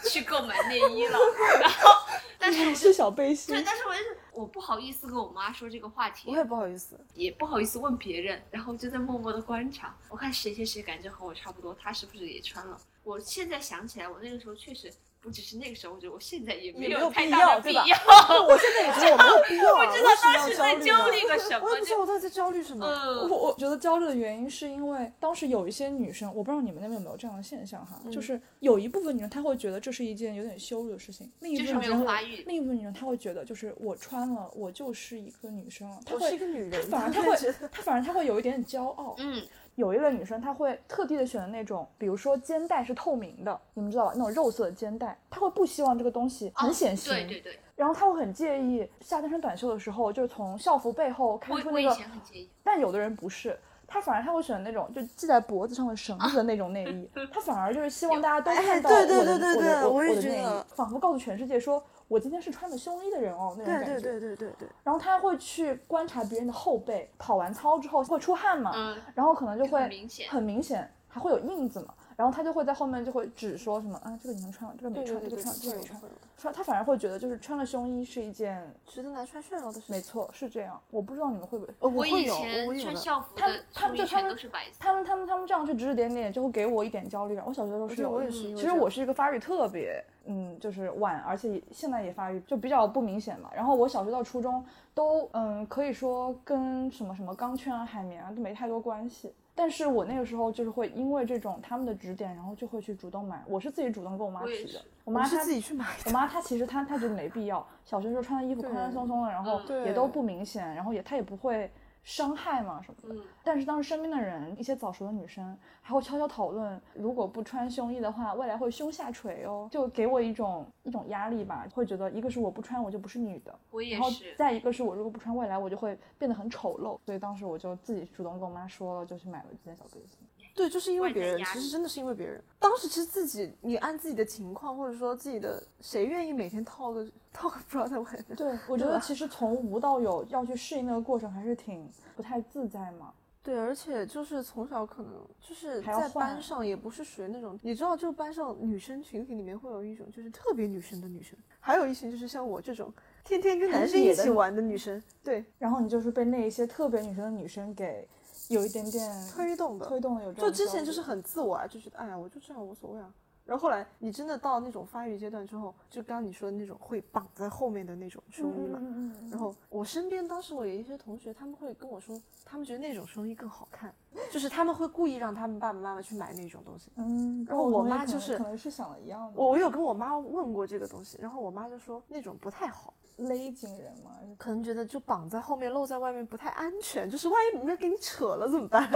Speaker 5: 去购买内衣 了，然后但是我就是
Speaker 1: 小背心
Speaker 5: 对，，但是我就是我不好意思跟我妈说这个话题
Speaker 3: 我，也不好意 思，
Speaker 5: 也不好意思问别人，然后就在默默的观察，我看谁谁谁感觉和我差不多，她是不是也穿了？我现在想起来，我那个时候确实。不只是那个时候，我觉得我现在也
Speaker 3: 也
Speaker 5: 没
Speaker 3: 没有
Speaker 5: 太
Speaker 3: 必
Speaker 5: 大
Speaker 3: 要，
Speaker 5: 的
Speaker 3: 对
Speaker 5: 必
Speaker 3: 吧
Speaker 5: 要。？
Speaker 3: 我现在也觉得我没有必要啊，
Speaker 5: 不知
Speaker 3: 为
Speaker 5: 道
Speaker 3: 什
Speaker 5: 当
Speaker 3: 么要
Speaker 5: 时在焦
Speaker 3: 焦
Speaker 5: 虑
Speaker 3: 虑
Speaker 5: 个
Speaker 3: 呢
Speaker 5: 什
Speaker 3: 我
Speaker 5: 么
Speaker 3: 也不，知道
Speaker 5: 就
Speaker 3: 我到底在焦虑什么。
Speaker 5: 嗯，
Speaker 1: 我我觉得焦虑的原因是因为当时有一些女生，我不知道你们那边有没有这样的现象哈，
Speaker 3: 嗯
Speaker 1: 就是有一部分女人她会觉得这是一件有点羞辱的事情，另一部
Speaker 5: 就是
Speaker 1: 分
Speaker 5: 没
Speaker 1: 女
Speaker 5: 有
Speaker 1: 人
Speaker 5: 发
Speaker 1: 会，
Speaker 5: 育。
Speaker 1: 另一部分女人她会觉得就是我穿了，我就是一个女生了，她
Speaker 3: 我是
Speaker 1: 会
Speaker 3: 一个女人，
Speaker 1: 反而她
Speaker 3: 就
Speaker 1: 会
Speaker 3: 觉得
Speaker 1: 她反而她会有一点点骄傲，
Speaker 5: 嗯，
Speaker 1: 有一类女生她会特地的选的那种，比如说肩带是透明的，你们知道吧？那种肉色的肩带，她会不希望这个东西
Speaker 3: 哦
Speaker 1: 很显形，
Speaker 5: 哦对对对，
Speaker 1: 然后她会很介意夏天穿短袖的时候，就是从校服背后看
Speaker 5: 我
Speaker 1: 出
Speaker 5: 我
Speaker 1: 那
Speaker 5: 以
Speaker 1: 个
Speaker 5: 前很介意，
Speaker 1: 但有的人不是，他反而他会选那种就系在脖子上的绳子的那种内衣，他反而就是希望大家都
Speaker 3: 哦哎
Speaker 1: 看到
Speaker 3: 对
Speaker 1: 我
Speaker 3: 对
Speaker 1: 的
Speaker 3: 对
Speaker 1: 我
Speaker 3: 对
Speaker 1: 的
Speaker 3: 对
Speaker 1: 我
Speaker 3: 我也
Speaker 1: 我的
Speaker 3: 觉
Speaker 1: 内衣
Speaker 3: 得，
Speaker 1: 仿佛告诉全世界说。我今天是穿着胸衣的人哦，那种感
Speaker 3: 对
Speaker 1: 觉。
Speaker 3: 对对对对对，
Speaker 1: 然后他会去观察别人的后背，跑完操之后会出汗嘛，
Speaker 5: 嗯，
Speaker 1: 然后可能就会
Speaker 5: 很明显
Speaker 1: 很明显还会有印子嘛。然后他就会在后面就会指说什么啊，这个你能穿，这个没
Speaker 3: 对
Speaker 1: 穿，
Speaker 3: 对
Speaker 1: 这个
Speaker 3: 对
Speaker 1: 穿，这个没
Speaker 3: 对
Speaker 1: 穿，穿他反而会觉得就是穿了胸衣是一件，
Speaker 3: 觉得男穿炫耀的事
Speaker 1: 没
Speaker 3: 情。
Speaker 1: 错是这样。我不知道你们会不会，
Speaker 3: 呃我会
Speaker 5: 以
Speaker 3: 有，我
Speaker 5: 前
Speaker 3: 有
Speaker 5: 穿
Speaker 3: 的。
Speaker 5: 校服
Speaker 1: 他们
Speaker 5: 的
Speaker 1: 他们就他
Speaker 5: 胸衣全
Speaker 1: 们
Speaker 5: 都是白色的，
Speaker 1: 他们他们他们这样去指指点点，就会给我一点焦虑感。我小学的时候
Speaker 3: 我
Speaker 1: 是
Speaker 3: 觉得
Speaker 1: 有
Speaker 3: 嗯我
Speaker 1: 的，
Speaker 3: 也是因为
Speaker 1: 其实
Speaker 3: 这
Speaker 1: 我
Speaker 3: 样
Speaker 1: 是一个发育特别，嗯，就是晚，而且现在也发育就比较不明显嘛。然后我小学到初中都，嗯，可以说跟什么什么钢圈啊、海绵啊都没太多关系。但是我那个时候就是会因为这种他们的指点，然后就会去主动买。我是自己主动跟我妈
Speaker 5: 我也
Speaker 1: 提
Speaker 5: 是
Speaker 1: 的，我
Speaker 3: 我
Speaker 1: 妈
Speaker 3: 是
Speaker 1: 她
Speaker 3: 自己去买
Speaker 1: 我
Speaker 3: 的。
Speaker 1: 妈她其实她她觉得没必要，小学时候穿的衣服宽宽
Speaker 3: 对
Speaker 1: 松松的，然后
Speaker 3: 嗯
Speaker 1: 也都
Speaker 3: 对
Speaker 1: 不明显，然后也她也不会伤害嘛什么的。
Speaker 5: 嗯
Speaker 1: 但是当时身边的人，一些早熟的女生还会悄悄讨论，如果不穿胸衣的话，未来会胸下垂哦，就给我一种一种压力吧，会觉得一个是我不穿我就不是女的，
Speaker 5: 我也
Speaker 1: 然后
Speaker 5: 是，
Speaker 1: 再一个是我如果不穿，未来我就会变得很丑陋。所以当时我就自己主动跟我妈说了，就去买了这件小背心。
Speaker 3: 对，就是因为
Speaker 5: 外在
Speaker 3: 别人，
Speaker 5: 压
Speaker 3: 其
Speaker 5: 力
Speaker 3: 实真的是因为别人。当时其实自己，你按自己的情况，或者说自己的，谁愿意每天套个套个 Prada 外面？
Speaker 1: 对，我觉得
Speaker 3: 对吧
Speaker 1: 其实从无到有要去适应那个过程，还是挺不太自在嘛。
Speaker 3: 对，而且就是从小可能就是
Speaker 1: 还要
Speaker 3: 在
Speaker 1: 换啊
Speaker 3: 班上也不是属于那种，你知道，就班上女生群体里面会有一种就是特别女生的女生，还有一群就是像我这种天天跟
Speaker 1: 很
Speaker 3: 男生
Speaker 1: 野
Speaker 3: 一
Speaker 1: 的
Speaker 3: 起
Speaker 1: 女
Speaker 3: 玩的女生，对，
Speaker 1: 然后你就是被那一些特别女生的女生给有一点点
Speaker 3: 推动的。
Speaker 1: 推动了有这种
Speaker 3: 就之前
Speaker 1: 焦
Speaker 3: 就
Speaker 1: 虑
Speaker 3: 是很自我啊，就觉得哎呀，我就这样无所谓啊。然后后来你真的到那种发育阶段之后，就刚刚你说的那种会绑在后面的那种胸衣嘛。
Speaker 1: 嗯嗯嗯
Speaker 3: 然后我身边当时我有一些同学，他们会跟我说，他们觉得那种胸衣更好看，就是他们会故意让他们爸爸妈妈去买那种东西。
Speaker 1: 嗯，
Speaker 3: 然后
Speaker 1: 跟
Speaker 3: 我
Speaker 1: 同学可
Speaker 3: 妈就
Speaker 1: 能
Speaker 3: 是
Speaker 1: 可能是想的一样的，
Speaker 3: 我我有跟我妈问过这个东西，然后我妈就说那种不太好，
Speaker 1: 勒紧人嘛，
Speaker 3: 可能觉得就绑在后面露在外面不太安全，就是万一别人给你扯了怎么办？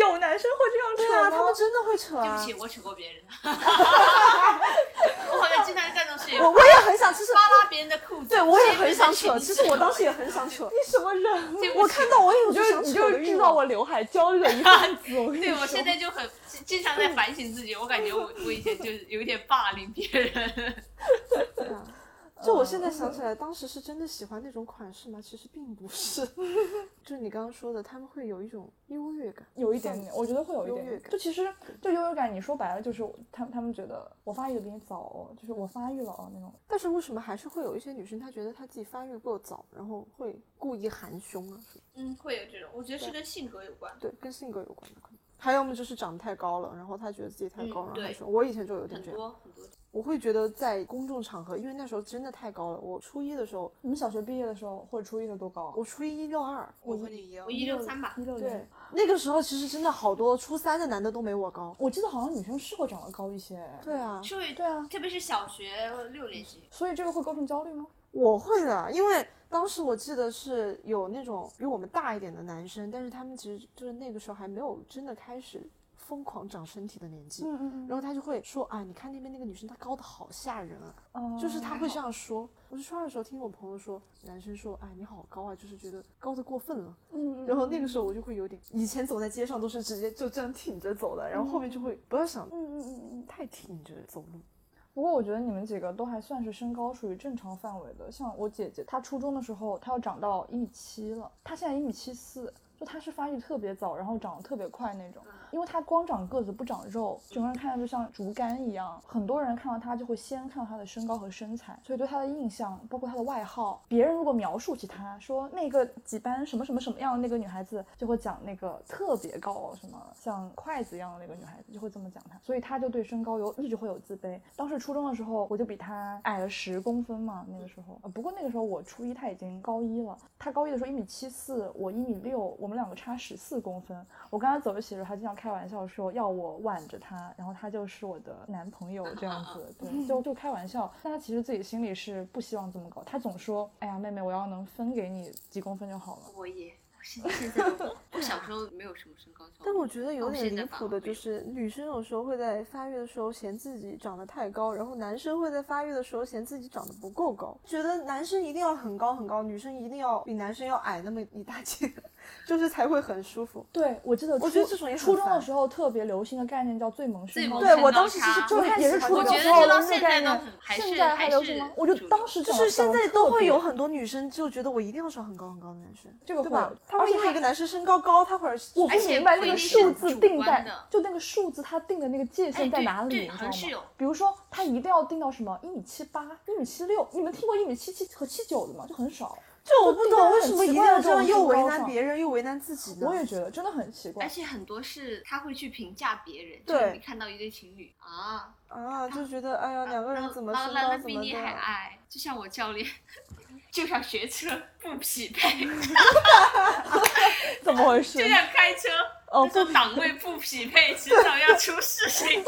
Speaker 1: 有男生会这
Speaker 3: 对啊啊，他们真的会扯
Speaker 5: 对不
Speaker 3: 啊。
Speaker 5: 起， 我扯过别人的，我好像经常干这种事情，
Speaker 3: 我我也很想， 就是
Speaker 5: 扒拉别人的裤子，
Speaker 3: 对我也
Speaker 5: 这个
Speaker 3: 很
Speaker 5: 人
Speaker 3: 想
Speaker 5: 是
Speaker 3: 扯，
Speaker 5: 你
Speaker 3: 其
Speaker 5: 是
Speaker 3: 实我
Speaker 5: 我
Speaker 3: 当时也很想 扯。
Speaker 1: 你什么人？
Speaker 5: 对
Speaker 3: 啊我
Speaker 5: 不起
Speaker 3: 看到我也有
Speaker 1: 你就
Speaker 3: 想
Speaker 1: 是你
Speaker 3: 扯
Speaker 1: 就
Speaker 3: 的
Speaker 1: 是
Speaker 3: 欲
Speaker 1: 知道
Speaker 3: 望。
Speaker 1: 我刘海焦虑了 一万次，我跟你
Speaker 5: 对，我
Speaker 1: 说
Speaker 5: 现在就很经经常在反省自己，我感觉我我以前就是有一点霸凌别人。
Speaker 3: 啊就我现在想起来，当时是真的喜欢那种款式吗？其实并不 是。就你刚刚说的，他们会有一种优越感。
Speaker 1: 有一点点，我觉得会有一点
Speaker 3: 优越
Speaker 1: 点。
Speaker 3: 感
Speaker 1: 就其实就优越感，你说白了就是他们他们觉得我发育的比你早哦，就是我发育了哦那种。
Speaker 3: 但是为什么还是会有一些女生，她觉得她自己发育过早，然后会故意含胸啊？什么
Speaker 5: 嗯，会有这种，我觉得是跟性格有关，
Speaker 3: 对，跟性格有关的可能。还有么就是长得太高了，然后她觉得自己太高，
Speaker 5: 嗯
Speaker 3: 然后
Speaker 5: 对
Speaker 3: 含胸。我以前就有点
Speaker 5: 很
Speaker 3: 这样，
Speaker 5: 多很多。
Speaker 3: 我会觉得在公众场合，因为那时候真的太高了。我初一的时候，
Speaker 1: 你们小学毕业的时候或者初一的多高啊？
Speaker 3: 我初一一六二，
Speaker 4: 我和你一样
Speaker 5: 我，一六三吧，
Speaker 1: 一六零
Speaker 3: 对。，那个时候其实真的好多初三的男的都没我高。
Speaker 1: 我记得好像女生是会长得高一些。
Speaker 3: 对啊，
Speaker 5: 是会
Speaker 1: 对啊，
Speaker 5: 特别是小学六年级，
Speaker 1: 所以这个会构成焦虑吗？
Speaker 3: 我会的，因为当时我记得是有那种比我们大一点的男生，但是他们其实就是那个时候还没有真的开始疯狂长身体的年纪。
Speaker 1: 嗯嗯
Speaker 3: 然后他就会说啊，你看那边那个女生，她高的好吓人啊，
Speaker 1: 嗯，
Speaker 5: 哦
Speaker 3: 就是他
Speaker 1: 嗯
Speaker 3: 会这样说。我是初二的时候听我朋友说，男生说，哎，你好高啊，就是觉得高的过分了。
Speaker 1: 嗯，
Speaker 3: 然后那个时候我就会有点，以前走在街上都是直接就这样挺着走的，然后后面就会不要想
Speaker 1: 嗯嗯嗯嗯嗯。
Speaker 3: 太挺着走路。
Speaker 1: 不过我觉得你们几个都还算是身高属于正常范围的。像我姐姐，她初中的时候，她要长到一米七了，她现在一米七四，就她是发育特别早，然后长得特别快那种。因为她光长个子不长肉，整个人看上去像竹竿一样。很多人看到她就会先看到她的身高和身材，所以对她的印象，包括她的外号，别人如果描述起她说那个几班什么什么什么样的那个女孩子，就会讲那个特别高，什么像筷子一样的那个女孩子，就会这么讲她。所以她就对身高有一直会有自卑。当时初中的时候，我就比她矮了十公分嘛，那个时候。呃不过那个时候我初一，她已经高一了。她高一的时候一米七四，我一米六，我们两个差十四公分。我跟她走一起的时候，她经常开玩笑说要我挽着她，然后她就是我的男朋友这样子，对，就就开玩笑。但她其实自己心里是不希望这么高，她总说，哎呀，妹妹，我要能分给你几公分就好了。
Speaker 5: 我也 现现在我我小时候没有什么身高焦虑，
Speaker 3: 但我觉得有
Speaker 5: 哦
Speaker 3: 点
Speaker 5: 现
Speaker 3: 离
Speaker 5: 在反
Speaker 3: 谱的，
Speaker 5: 而
Speaker 3: 就
Speaker 5: 没有
Speaker 3: 是女生有时候会在发育的时候嫌自己长得太高，然后男生会在发育的时候嫌自己长得不够高，觉得男生一定要很高很高，女生一定要比男生要矮那么一大截， 就是才会很舒服。
Speaker 1: 对，我记得
Speaker 3: 我
Speaker 1: 初
Speaker 3: 觉得这种也很
Speaker 1: 初中的
Speaker 3: 烦
Speaker 1: 时候特别流行的概念叫最萌身
Speaker 5: 最
Speaker 1: 高
Speaker 5: 萌
Speaker 1: 差，
Speaker 3: 对
Speaker 5: 身
Speaker 3: 我
Speaker 5: 高
Speaker 3: 当时其实
Speaker 5: 差
Speaker 3: 就
Speaker 1: 我
Speaker 3: 是
Speaker 1: 看也是初
Speaker 3: 初
Speaker 1: 中
Speaker 3: 中
Speaker 5: 我觉
Speaker 1: 时
Speaker 5: 得
Speaker 1: 候
Speaker 5: 这
Speaker 1: 的
Speaker 5: 到
Speaker 1: 那
Speaker 5: 现
Speaker 1: 概
Speaker 5: 在都
Speaker 1: 念
Speaker 5: 很，还
Speaker 1: 现
Speaker 5: 是
Speaker 1: 在还
Speaker 5: 还
Speaker 1: 流行
Speaker 5: 是
Speaker 1: 吗？我就
Speaker 5: 主流
Speaker 1: 当时
Speaker 3: 就
Speaker 1: 整
Speaker 3: 是
Speaker 1: 个
Speaker 3: 现
Speaker 1: 整
Speaker 3: 在
Speaker 1: 个
Speaker 3: 都
Speaker 1: 特
Speaker 3: 会
Speaker 1: 别
Speaker 3: 有很多女生就觉得我一定要找很高很高的男生，
Speaker 1: 这个
Speaker 3: 对
Speaker 1: 会
Speaker 3: 吧
Speaker 1: 有？
Speaker 3: 他
Speaker 1: 而
Speaker 3: 会
Speaker 1: 且
Speaker 3: 因为
Speaker 1: 他
Speaker 3: 一个男生身高高，他会儿哎
Speaker 1: 我不
Speaker 5: 而且
Speaker 1: 明白
Speaker 5: 不
Speaker 1: 那
Speaker 5: 一
Speaker 1: 个
Speaker 5: 定
Speaker 1: 数
Speaker 5: 是
Speaker 1: 字
Speaker 5: 主
Speaker 1: 定
Speaker 5: 观
Speaker 1: 在
Speaker 5: 的，
Speaker 1: 就那个数字它定的那个界限
Speaker 5: 哎
Speaker 1: 在
Speaker 5: 对
Speaker 1: 哪里，
Speaker 5: 对
Speaker 1: 你
Speaker 5: 好像是
Speaker 1: 知道
Speaker 5: 有
Speaker 1: 吗？比如说，它一定要定到什么一米七八、一米七六，你们听过一米七七和七九的吗？就很少。
Speaker 3: 就我
Speaker 1: 就
Speaker 3: 不
Speaker 1: 定
Speaker 3: 懂
Speaker 1: 在
Speaker 3: 为
Speaker 1: 很
Speaker 3: 什么
Speaker 1: 奇
Speaker 3: 一定
Speaker 1: 怪的这
Speaker 3: 要这样，
Speaker 1: 种
Speaker 3: 又
Speaker 1: 身
Speaker 3: 为
Speaker 1: 高
Speaker 3: 难
Speaker 1: 上
Speaker 3: 别人又为难自己呢。
Speaker 1: 我也觉得真的很奇
Speaker 5: 而
Speaker 1: 怪。
Speaker 5: 且很多是他会去评价别人，
Speaker 3: 对
Speaker 5: 就是你看到一对情侣啊，
Speaker 3: 啊，就觉得哎呀，两个人怎么
Speaker 5: 拉
Speaker 3: 身
Speaker 5: 拉
Speaker 3: 高
Speaker 5: 的
Speaker 3: 怎
Speaker 5: 啊比
Speaker 3: 么
Speaker 5: 你还
Speaker 3: 的。
Speaker 5: 矮，就像我教练，这场学车不匹 配，
Speaker 1: 怎么回事
Speaker 5: 这？辆开车
Speaker 1: 哦，
Speaker 5: 这档位不匹配，迟早要出 事情，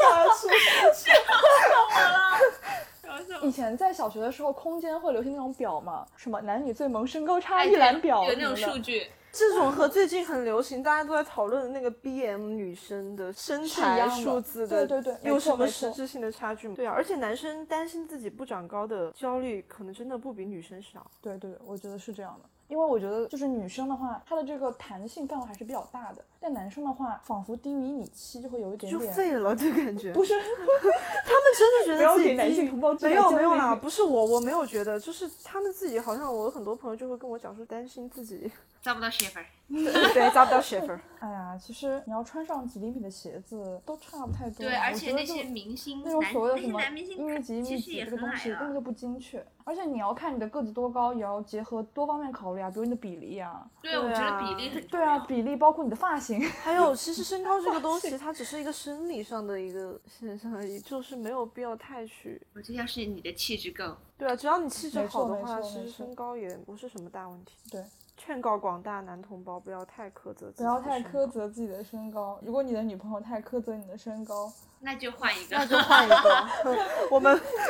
Speaker 5: 笑死我了。
Speaker 1: 以前在小学的时候，空间会流行那种表嘛，什么男女最萌身高差
Speaker 5: 哎
Speaker 1: 一览表
Speaker 5: 有
Speaker 1: 什
Speaker 5: 那种
Speaker 1: 么的
Speaker 5: 数据，
Speaker 3: 这种和最近很流行，大家都在讨论的那个 BM 女生的身
Speaker 1: 是一
Speaker 3: 材
Speaker 1: 样的
Speaker 3: 数字的，
Speaker 1: 对对对
Speaker 3: 有
Speaker 1: 没错
Speaker 3: 什么
Speaker 1: 没错
Speaker 3: 实质性的差距吗？对啊，而且男生担心自己不长高的焦虑，可能真的不比女生少。
Speaker 1: 对对对，我觉得是这样的，因为我觉得就是女生的话，她的这个弹性范围还是比较大的，但男生的话，仿佛低于一米七就会有一点
Speaker 3: 就
Speaker 1: 点，
Speaker 3: 废了，这感觉。
Speaker 1: 不是，
Speaker 3: 他们真的觉
Speaker 1: 不
Speaker 3: 得
Speaker 1: 要
Speaker 3: 自己
Speaker 1: 给男
Speaker 3: 低
Speaker 1: 性同胞制
Speaker 3: 没
Speaker 1: 造
Speaker 3: 有
Speaker 1: 焦
Speaker 3: 没有
Speaker 1: 虑
Speaker 3: 啦，不是我，我没有觉得，就是他们自己好像我有很多朋友就会跟我讲说担心自己
Speaker 5: 招不到学分儿。
Speaker 3: 对扎不到学分儿。
Speaker 1: 哎呀，其实你要穿上几厘米的鞋子都差不太多了。
Speaker 5: 对，而
Speaker 1: 我
Speaker 5: 且
Speaker 1: 觉得
Speaker 5: 那
Speaker 1: 就
Speaker 5: 些明星
Speaker 1: 那种
Speaker 5: 男
Speaker 1: 所谓的
Speaker 5: 那
Speaker 1: 什
Speaker 5: 些
Speaker 1: 么
Speaker 5: 男明
Speaker 1: 一
Speaker 5: 星
Speaker 1: 米
Speaker 5: 他
Speaker 1: 几、一
Speaker 5: 其
Speaker 1: 米
Speaker 5: 实
Speaker 1: 几
Speaker 5: 也
Speaker 1: 这个
Speaker 5: 很
Speaker 1: 东
Speaker 5: 矮啊
Speaker 1: 西根本
Speaker 5: 了。
Speaker 1: 就不精确，而且你要看你的个子多高，也要结合多方面考虑啊，比如你的比例啊，
Speaker 5: 对，我
Speaker 3: 对
Speaker 5: 觉
Speaker 3: 啊
Speaker 5: 得比例很重
Speaker 1: 对啊，
Speaker 5: 要。
Speaker 1: 比例包括你的发型，
Speaker 3: 还有，其实身高这个东西，它只是一个生理上的一个现象而已，就是没有必要太去。
Speaker 5: 我觉得要是你的气质够，
Speaker 3: 对啊，只要你气质
Speaker 1: 没错
Speaker 3: 好的
Speaker 1: 没
Speaker 3: 话，
Speaker 1: 错
Speaker 3: 其
Speaker 1: 没
Speaker 3: 实
Speaker 1: 错
Speaker 3: 身高也不是什么大问题。
Speaker 1: 对，
Speaker 3: 劝告广大男同胞不要太苛责自己，
Speaker 1: 不要太苛，责自己的身高。如果你的女朋友太苛责你的身高，
Speaker 5: 那就换一
Speaker 3: 那
Speaker 5: 个。
Speaker 3: 就 换一个。我们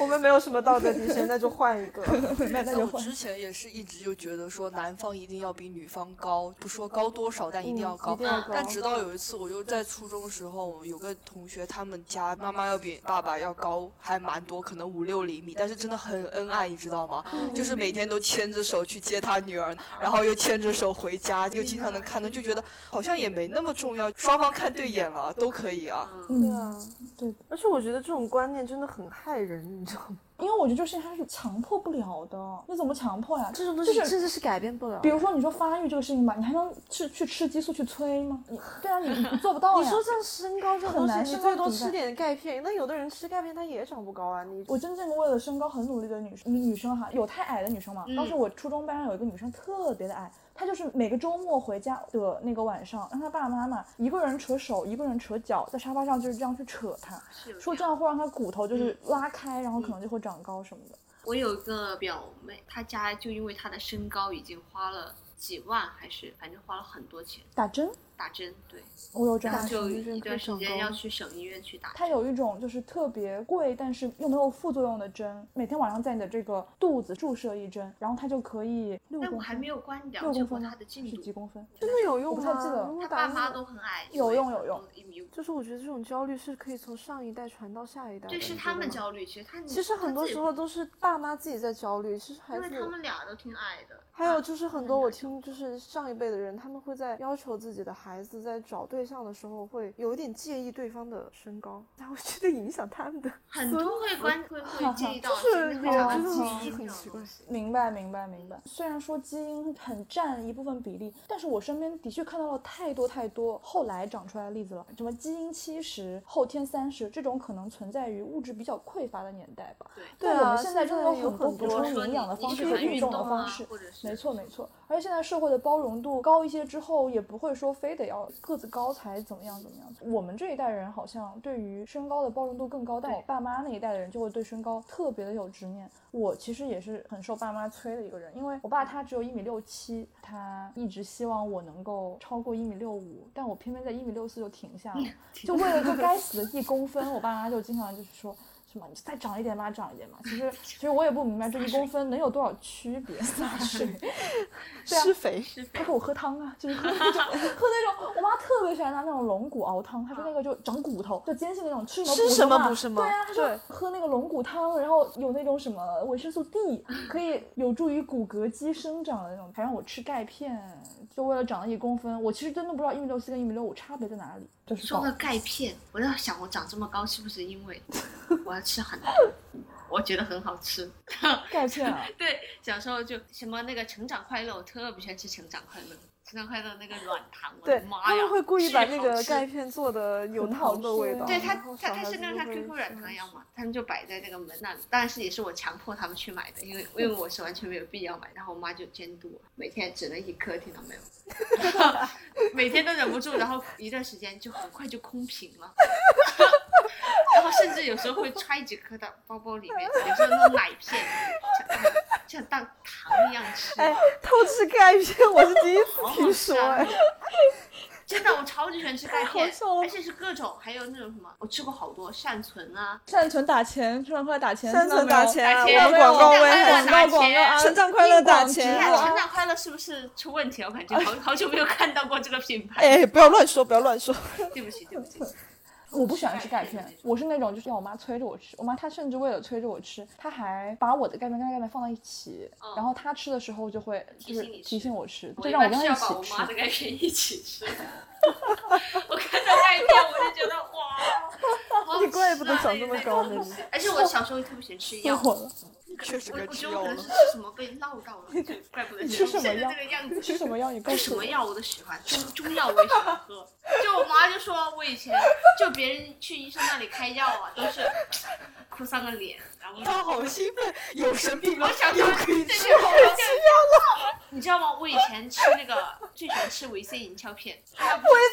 Speaker 3: 我们没有什么道德底线，那就换一个。
Speaker 1: 那那
Speaker 4: 但
Speaker 1: 就
Speaker 4: 我
Speaker 1: 换。
Speaker 4: 之前也是一直就觉得说男方一定要比女方高，不说高多少，但一定要
Speaker 3: 嗯一
Speaker 4: 高。
Speaker 3: 定要
Speaker 5: 嗯
Speaker 3: 高。
Speaker 4: 但直到有一次，我就在初中的时候，有个同学，他们家妈妈要比爸爸要高，还蛮多，可能五六厘米，但是真的很恩爱，你知道吗？就是每天都牵着手去接他女儿，然后又牵着手回家，又经常能看到，就觉得好像也没那么重要，双方看对眼了都可以啊。
Speaker 5: 嗯，
Speaker 3: 对
Speaker 1: 嗯，
Speaker 3: 啊，
Speaker 1: 对的，
Speaker 3: 而且我觉得这种观念真的很害人，你知道吗？
Speaker 1: 因为我觉得这事情它是强迫不了的，你怎么强迫呀？
Speaker 3: 这种东
Speaker 1: 西
Speaker 3: 西
Speaker 1: 甚
Speaker 3: 甚至是改变不了。
Speaker 1: 比如说，你说发育这个事情吧，你还能去去吃激素去催吗？你对啊，你你做不到呀。
Speaker 3: 你说像身高这种
Speaker 1: 很
Speaker 3: 东
Speaker 1: 难
Speaker 3: 西，
Speaker 1: 是
Speaker 3: 你最
Speaker 1: 这
Speaker 3: 多
Speaker 1: 种
Speaker 3: 吃
Speaker 1: 的
Speaker 3: 点钙片，那有的人吃钙片他也长不高啊。你
Speaker 1: 我真正为了身高很努力的女生，女生哈，有太矮的女生嘛。当
Speaker 5: 嗯
Speaker 1: 时我初中班上有一个女生特别的矮，她就是每个周末回家的那个晚上，让她爸爸妈妈一个人扯手，一个人扯脚，在沙发上就是这样去扯她，
Speaker 5: 是有
Speaker 1: 说这样会让她骨头就是
Speaker 5: 嗯
Speaker 1: 拉开，然后可能就会长高什么的。
Speaker 5: 我有一个表妹，她家就因为她的身高已经花了几万，还是反正花了很多钱
Speaker 1: 打针，
Speaker 5: 打针，对，
Speaker 1: 我有这
Speaker 5: 然
Speaker 1: 样
Speaker 5: 后
Speaker 1: 的
Speaker 5: 就
Speaker 1: 经历。
Speaker 5: 一段时
Speaker 3: 长
Speaker 5: 间
Speaker 3: 高
Speaker 5: 要去省医院去打针。
Speaker 1: 它有一种就是特别贵，但是又没有副作用的针，每天晚上在你的这个肚子注射一针，然后它就可以六
Speaker 5: 但我
Speaker 1: 公
Speaker 5: 还
Speaker 1: 分
Speaker 5: 没，有关了
Speaker 1: 六
Speaker 5: 解
Speaker 1: 公
Speaker 5: 过
Speaker 1: 分
Speaker 5: 她
Speaker 1: 吗
Speaker 5: 的？进
Speaker 1: 是几
Speaker 5: 度，
Speaker 1: 公分？
Speaker 3: 真的有用
Speaker 1: 我不太
Speaker 3: 吗？
Speaker 1: 记得
Speaker 3: 如果
Speaker 5: 她
Speaker 3: 打
Speaker 5: 爸
Speaker 3: 那
Speaker 5: 妈
Speaker 3: 种
Speaker 5: 都很矮，
Speaker 1: 有用有用，
Speaker 5: 一米五。
Speaker 3: 就是我觉得这种焦虑是可以从上一代传到下一代的。
Speaker 5: 对，
Speaker 3: 你
Speaker 5: 是
Speaker 3: 觉
Speaker 5: 他
Speaker 3: 得
Speaker 5: 们
Speaker 3: 吗。
Speaker 5: 焦虑，其实他
Speaker 3: 其实很多时候，都是爸妈自己在焦虑，其实
Speaker 5: 她
Speaker 3: 孩
Speaker 5: 自己因为他
Speaker 3: 子。
Speaker 5: 们俩都挺矮的，
Speaker 3: 还有就是很多
Speaker 5: 嗯
Speaker 3: 我听就是上一辈的人，他们会在要求自己的孩子在找对象的时候，会有一点介意对方的身高， 他会觉得影响他们的。
Speaker 5: 很多会关 会会介意到
Speaker 3: 就是
Speaker 5: 真
Speaker 3: 我
Speaker 5: 的很
Speaker 3: 真的
Speaker 5: 基
Speaker 3: 是
Speaker 5: 因
Speaker 3: 很
Speaker 5: 这种
Speaker 3: 奇
Speaker 5: 东
Speaker 3: 怪
Speaker 5: 西
Speaker 1: 明白明白明白。虽然说基因很占一部分比例，但是我身边的确看到了太多太多后来长出来的例子了，什么基因七十、后天三十这种，可能存在于物质比较匮乏的年代吧。
Speaker 5: 对
Speaker 1: 但
Speaker 3: 对啊
Speaker 1: 我们现在
Speaker 3: 现
Speaker 1: 真的
Speaker 3: 在有
Speaker 1: 有很多
Speaker 3: 很
Speaker 1: 补
Speaker 3: 多
Speaker 1: 充
Speaker 5: 或者说
Speaker 1: 营
Speaker 5: 你
Speaker 1: 养的
Speaker 5: 你
Speaker 1: 方式
Speaker 5: 喜
Speaker 1: 和
Speaker 5: 欢
Speaker 1: 运
Speaker 5: 运
Speaker 1: 动的
Speaker 5: 动
Speaker 1: 方
Speaker 5: 啊
Speaker 1: 式，
Speaker 5: 或者是
Speaker 1: 没错没错，而且现在社会的包容度高一些之后，也不会说非得要个子高才怎么样怎么样。我们这一代人好像对于身高的包容度更高，但我爸妈那一代的人就会对身高特别的有执念。我其实也是很受爸妈催的一个人，因为我爸他只有一米六七，他一直希望我能够超过一米六五，但我 偏偏在一米六四就停下了，就为了这该死的一公分，我爸妈就经常就是说。什什么，你就再长一点吧，长一点吧。其实其实我也不明白这一公分能有多少区别。洒水，对啊
Speaker 3: 施肥，
Speaker 1: 他给我喝汤啊，就是喝那种喝那种，我妈特别喜欢拿那种龙骨熬汤，她说那个就长骨头，就坚信那种吃什么
Speaker 3: 吃
Speaker 1: 补
Speaker 3: 什么
Speaker 1: 嘛
Speaker 3: 补什么
Speaker 1: 对啊，她说
Speaker 3: 对
Speaker 1: 喝那个龙骨汤，然后有那种什么维生素 D，可以有助于骨骼肌生长的那种，还让我吃钙片，就为了长了一公分。我其实真的不知道一米六四跟一米六五差别在哪里，就是
Speaker 5: 说
Speaker 1: 高
Speaker 5: 到钙片，我在想我长这么高是不是 因为我要吃很多，我觉得很好吃。
Speaker 1: 钙片啊，
Speaker 5: 对，小时候就什么那个成长快乐，我特别喜欢吃成长快乐，成长快乐那个软糖，我
Speaker 3: 对
Speaker 5: 的，
Speaker 3: 他
Speaker 5: 妈呀，
Speaker 3: 们会故意把
Speaker 5: 巨
Speaker 3: 那
Speaker 5: 好
Speaker 3: 个
Speaker 5: 吃
Speaker 3: 钙片做的有
Speaker 1: 很好
Speaker 3: 糖的味
Speaker 1: 吃
Speaker 3: 道，
Speaker 5: 对他
Speaker 3: 哦然后，
Speaker 5: 他他
Speaker 3: 小孩
Speaker 5: 是
Speaker 3: 子
Speaker 5: 让
Speaker 3: 就
Speaker 5: 他
Speaker 3: 会
Speaker 5: QQ 软糖
Speaker 3: 吃
Speaker 5: 药嘛，他们就摆在那个门那里。当然是也是我强迫他们去买的，因为因为我是完全没有必要买，然后我妈就监督我，每天只能一颗，听到没有？ 每天都忍不住，然后一段时间就很快就空瓶了， 然后甚至有时候会揣几颗到包包里面，有时候弄奶片，像像当糖一样吃。
Speaker 3: 哎，偷吃钙片我是第一次
Speaker 5: 好好
Speaker 3: 听
Speaker 5: 吃
Speaker 3: 说，
Speaker 5: 啊
Speaker 3: 哎，
Speaker 5: 真的，我超级喜 欢吃钙片
Speaker 3: 好笑哦，
Speaker 5: 而且是各种，还有那种什么，我吃过好多善存啊，
Speaker 1: 善存打钱，善存快打钱，
Speaker 3: 生
Speaker 1: 听到
Speaker 3: 存
Speaker 1: 没
Speaker 3: 打
Speaker 1: 有
Speaker 3: 钱
Speaker 5: 打
Speaker 3: 啊，
Speaker 5: 钱
Speaker 3: 我们广告位还
Speaker 5: 打
Speaker 1: 广
Speaker 5: 钱
Speaker 3: 是
Speaker 1: 告广告啊，
Speaker 3: 成长快乐打
Speaker 1: 硬广
Speaker 3: 钱
Speaker 1: 植
Speaker 5: 你
Speaker 1: 入
Speaker 5: 看
Speaker 1: 啊
Speaker 5: 成长快乐是不是出问题了？我感觉
Speaker 1: 哎
Speaker 5: 好好久没有看到过这个品牌。
Speaker 3: 哎，不要乱说，不要乱说，
Speaker 5: 对不起，对不起，
Speaker 1: 我不喜欢吃钙
Speaker 5: 吃钙
Speaker 1: 片
Speaker 5: 片，
Speaker 1: 我是那种就是要我妈催着我吃，我妈她甚至为了催着我吃，她还把我的钙片跟她钙片放在一起，
Speaker 5: 嗯
Speaker 1: 然后她吃的时候就会就
Speaker 5: 提
Speaker 1: 是
Speaker 5: 醒你吃
Speaker 1: 提醒我吃，
Speaker 5: 我
Speaker 1: 就
Speaker 5: 一
Speaker 1: 让我
Speaker 5: 般
Speaker 1: 跟
Speaker 5: 是
Speaker 1: 她一
Speaker 5: 要把我
Speaker 1: 起
Speaker 5: 妈
Speaker 1: 吃。
Speaker 5: 的钙片一起吃。我看到钙片我就觉得哇，好好吃啊
Speaker 3: 你怪不得长这么高呢
Speaker 5: 那个东西而且我小时候特别喜欢吃 药，
Speaker 1: 我
Speaker 5: 我
Speaker 1: 了，
Speaker 4: 确实
Speaker 5: 我
Speaker 4: 该
Speaker 5: 觉
Speaker 4: 吃
Speaker 5: 得我
Speaker 4: 药
Speaker 5: 可
Speaker 4: 了
Speaker 5: 能是。什么被闹到了，就怪不得
Speaker 1: 你吃什么
Speaker 5: 现在
Speaker 1: 药
Speaker 5: 这个样
Speaker 1: 你
Speaker 5: 子。
Speaker 1: 吃什么药？你告
Speaker 5: 但什
Speaker 1: 诉我
Speaker 5: 么。药我都喜欢，中 中药我也喜欢喝。就我妈就说我以前就别人去医生那里开药啊，都是哭丧个脸，然后
Speaker 4: 他好兴奋，有生病了
Speaker 5: 我想，
Speaker 4: 又
Speaker 5: 说
Speaker 4: 可以
Speaker 5: 这
Speaker 4: 吃
Speaker 5: 就
Speaker 4: 好
Speaker 5: 好
Speaker 4: 了。
Speaker 5: 你知道吗？我以前吃那个最喜欢吃维 C 银翘片，
Speaker 3: 飞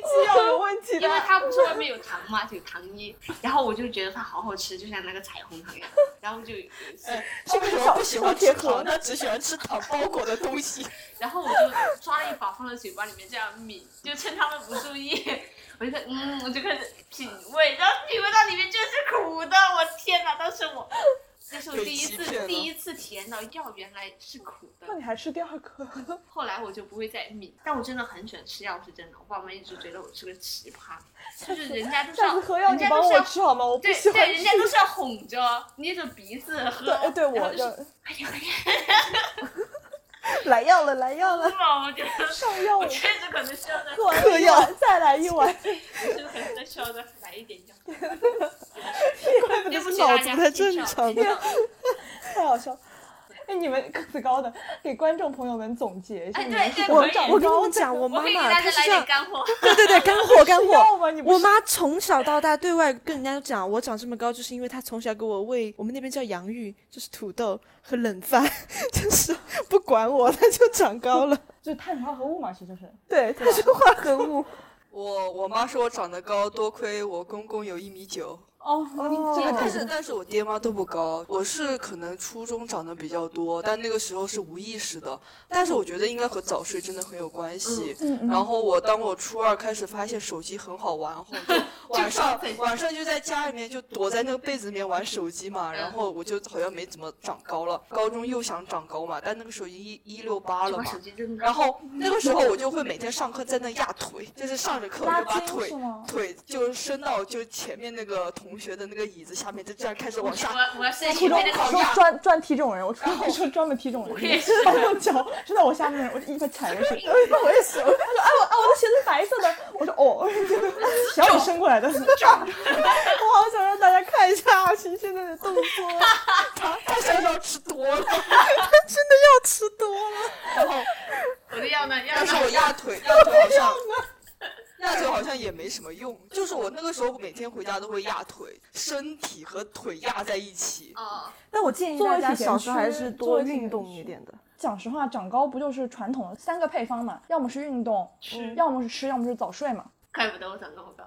Speaker 3: 机要有问题
Speaker 5: 因为
Speaker 3: 的，
Speaker 5: 它不是外面有糖嘛，就有糖衣，然后我就觉得它好好吃，就像那个彩虹糖一样。然后就有一次，
Speaker 4: 是为什么不喜欢吃
Speaker 3: 小小铁盒
Speaker 4: 糖？他只喜欢吃糖包裹的 东西。
Speaker 5: 然后我就抓了一把放在嘴巴里面这样抿，就趁他们不注意，我就开嗯，我就开始品味，然后品味到里面就是苦的，我天哪！当时我。那是我第一
Speaker 4: 被欺骗
Speaker 5: 次
Speaker 4: 了
Speaker 5: 第一次体验到药原来是苦的
Speaker 1: 那，你还吃第二颗？
Speaker 5: 后来我就不会再抿。但我真的很喜欢吃药，是真的。我爸妈一直觉得我是个奇葩，就是人家都是
Speaker 1: 下
Speaker 5: 要
Speaker 1: 次喝药
Speaker 5: 人
Speaker 1: 你
Speaker 5: 家
Speaker 1: 帮
Speaker 5: 都是
Speaker 1: 我
Speaker 5: 要
Speaker 1: 吃好吗？我不
Speaker 5: 对
Speaker 1: 喜欢
Speaker 5: 对，
Speaker 1: 吃
Speaker 5: 人家。都是要哄着，捏着鼻子喝。
Speaker 1: 对，对
Speaker 5: 然
Speaker 1: 我
Speaker 5: 后就是哎
Speaker 1: 的
Speaker 5: 快点快点，
Speaker 3: 来药了，来药了，
Speaker 5: 我觉得
Speaker 1: 上药
Speaker 5: 我
Speaker 1: 了，
Speaker 5: 确实可能需要再，
Speaker 1: 喝
Speaker 5: 我
Speaker 1: 完一碗再来一碗。
Speaker 5: 确实可能再需要再来一点药。对不
Speaker 3: 是
Speaker 5: 起
Speaker 3: 脑
Speaker 5: 大
Speaker 3: 子
Speaker 5: 家，
Speaker 3: 不太正常 的
Speaker 5: 介绍。介绍
Speaker 1: 太好笑了。哎，你们个子高的，给观众朋友们总结一下，
Speaker 5: 哎
Speaker 1: 你
Speaker 5: 对
Speaker 1: 们是
Speaker 5: 对
Speaker 1: 怎么
Speaker 5: 可以
Speaker 1: 长
Speaker 3: 我跟
Speaker 1: 高
Speaker 3: 你
Speaker 1: 的？
Speaker 3: 讲，我
Speaker 5: 我
Speaker 3: 妈
Speaker 5: 可以给
Speaker 3: 妈
Speaker 5: 大
Speaker 3: 她
Speaker 5: 家
Speaker 3: 是
Speaker 5: 来
Speaker 3: 这样
Speaker 5: 点，干货。
Speaker 3: 对对对，干货干
Speaker 1: 要
Speaker 3: 货。
Speaker 1: 吗？你不
Speaker 3: 我
Speaker 1: 是
Speaker 3: 妈从小到大对外跟人家讲，我长这么高，就是因为她从小给我喂，我们那边叫洋芋，就是土豆和冷饭， 就是不管我，她就长高了。
Speaker 1: 就是碳水化合物嘛，其实就是。
Speaker 3: 对，她是化合物。
Speaker 4: 我我妈说我长得高，多亏我公公有一米九。
Speaker 1: 哦，
Speaker 3: 哦
Speaker 1: 这个太
Speaker 4: 但
Speaker 1: 真
Speaker 4: 是但是我爹妈都不高，我是可能初中长得比较多，但那个时候是无意识的。但是我觉得应该和早睡真的很有关系。
Speaker 1: 嗯嗯
Speaker 4: 然后我当我初二开始发现手机很好玩后， 就晚上晚上就在家里面嗯就躲在那个被子里面玩手机嘛，然后我就好像没怎么长高了。高中又想长高嘛，但那个时候已经一一六八了
Speaker 5: 把
Speaker 4: 嘛。
Speaker 5: 手机扔
Speaker 4: 然
Speaker 5: 了。
Speaker 4: 后那个时候我就会每天上课在那压腿，就是上着课我
Speaker 1: 拉
Speaker 4: 就把
Speaker 1: 筋
Speaker 4: 腿
Speaker 1: 是吗
Speaker 4: 腿就伸到就前面那个同学的那个椅子下面，就这样开始往下。
Speaker 5: 我我要先
Speaker 1: 初
Speaker 5: 去
Speaker 1: 中
Speaker 5: 那个
Speaker 1: 考
Speaker 5: 烤
Speaker 1: 中
Speaker 5: 鸭。
Speaker 1: 专专踢这种人，我初中说专门踢这种人，
Speaker 5: 我 也是
Speaker 1: 把用脚伸到我下面，我就一 脚踩过去。我也是，他说啊我啊我的鞋子白色的，我说哦，小腿伸过 来的。
Speaker 3: 我好想让大家看一下
Speaker 1: 啊
Speaker 3: 阿星现在的 动作，
Speaker 4: 他他想要吃多了，
Speaker 3: 真的要吃多了。
Speaker 4: 然后
Speaker 5: 我的药呢？药
Speaker 4: 但
Speaker 5: 呢
Speaker 4: 是？我压腿，压腿好像。压腿好像也没什么用，就是我那个时候每天回家都会压腿，身体和腿压在一起。
Speaker 3: 啊
Speaker 5: 哦，
Speaker 3: 但我建议
Speaker 1: 作为
Speaker 3: 大家
Speaker 1: 体检
Speaker 3: 小时候还是
Speaker 1: 师
Speaker 3: 多
Speaker 1: 作为体
Speaker 3: 运
Speaker 1: 检
Speaker 3: 动
Speaker 1: 师
Speaker 3: 一点的。
Speaker 1: 讲实话，长高不就是传统的三个配方嘛？要么是运动，
Speaker 5: 吃
Speaker 1: 要么是吃，要么是早睡嘛。
Speaker 5: 怪不得我长那么高。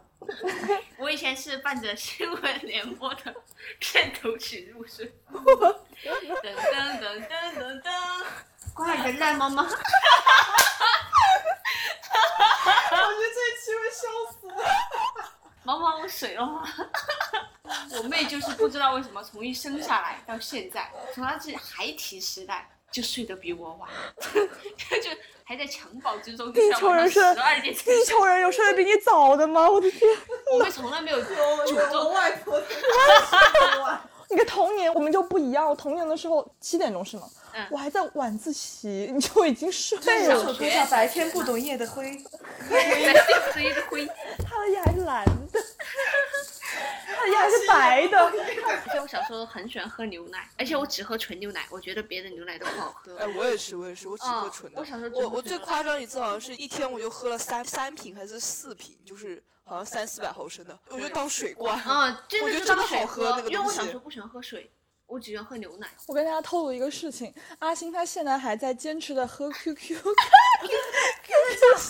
Speaker 5: 我以前是伴着新闻联播的片头曲入睡。噔噔噔噔噔噔，乖乖的赖啊妈妈。
Speaker 3: 我觉得这一期会笑死。
Speaker 5: 毛毛水了吗？我妹就是不知道为什么从一生下来到现在，从她是孩提时代就睡得比我晚， 就还在襁褓之中，
Speaker 1: 地球人
Speaker 5: 十
Speaker 1: 睡
Speaker 5: 二点才
Speaker 1: 地球人有睡得比你早的吗？我的天，
Speaker 5: 我们从来没有诅
Speaker 3: 我
Speaker 5: 咒，
Speaker 3: 外婆才睡得晚，
Speaker 1: 你的童年我们就不一样。我童年的时候七点钟是吗？
Speaker 5: 嗯
Speaker 1: 我还在晚自习， 你就已经睡
Speaker 3: 这首
Speaker 1: 了，
Speaker 3: 歌叫《白天不懂夜的灰》。
Speaker 5: 白天不是一个灰。
Speaker 1: 他的牙还是蓝的，他的牙还是白的。
Speaker 5: 所以我小时候很喜欢喝牛奶，而且我只喝纯牛奶，我觉得别的牛奶都不好喝。嗯
Speaker 4: 哎，我也是，我也是，我只喝纯
Speaker 3: 啊
Speaker 4: 的。
Speaker 5: 我小时候只
Speaker 4: 我
Speaker 5: 喝
Speaker 4: 我
Speaker 5: 纯
Speaker 4: 最
Speaker 5: 的
Speaker 4: 夸张一次好像是一天我就喝了三三瓶还是四瓶，就是好像三四百毫升的，我就当水灌。
Speaker 5: 啊，真
Speaker 4: 我
Speaker 5: 的
Speaker 4: 觉
Speaker 5: 是
Speaker 4: 得
Speaker 5: 当
Speaker 4: 真的
Speaker 5: 水
Speaker 4: 好喝那个
Speaker 5: 因为我
Speaker 4: 东
Speaker 5: 小
Speaker 4: 西
Speaker 5: 时候不喜欢喝水，我只喜欢喝牛奶。
Speaker 1: 我跟大家透露一个事情，阿星他现在还在坚持的喝 QQ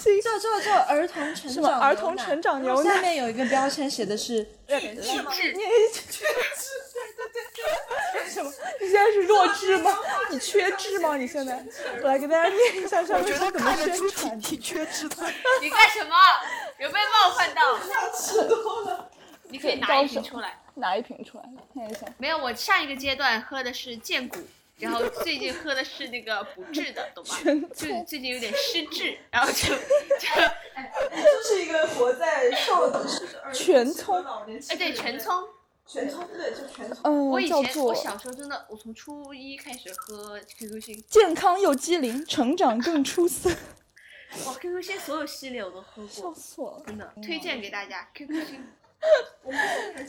Speaker 3: 这这这儿童成
Speaker 1: 什
Speaker 3: 长
Speaker 1: 么
Speaker 3: 牛奶
Speaker 1: 儿童成长牛
Speaker 3: 下
Speaker 1: 奶，
Speaker 3: 面有一个标签写的是
Speaker 5: 励志
Speaker 1: 你什么？你现在是弱智吗？你 缺智吗？你现在，我来给大家念一下上
Speaker 4: 我
Speaker 1: 面
Speaker 4: 觉得
Speaker 1: 是怎么
Speaker 4: 看得
Speaker 1: 宣
Speaker 4: 出
Speaker 1: 传
Speaker 4: 挺挺缺汁的。
Speaker 5: 你干什么？有被冒犯到？你可以拿一瓶出来。
Speaker 1: 拿一瓶出来看一下。
Speaker 5: 没有，我上一个阶段喝的是健骨，然后最近喝的是那个补智的，懂吗？就最近有点失 智，然后就就
Speaker 3: 就是一个活在少女时 代
Speaker 1: 全聪
Speaker 5: 哎对全，葱。
Speaker 3: 全聪对，就全聪。
Speaker 1: 嗯
Speaker 5: 我以
Speaker 1: 叫
Speaker 5: 前
Speaker 1: 做
Speaker 5: 我小时候真的，我从初一开始喝 QQ 星，
Speaker 1: 健康又机灵，成长更出 色。
Speaker 5: 哇 QQ 星所有系列我都喝
Speaker 1: 笑
Speaker 5: 过，
Speaker 1: 死我了！
Speaker 5: 真的推荐给大家 QQ 星。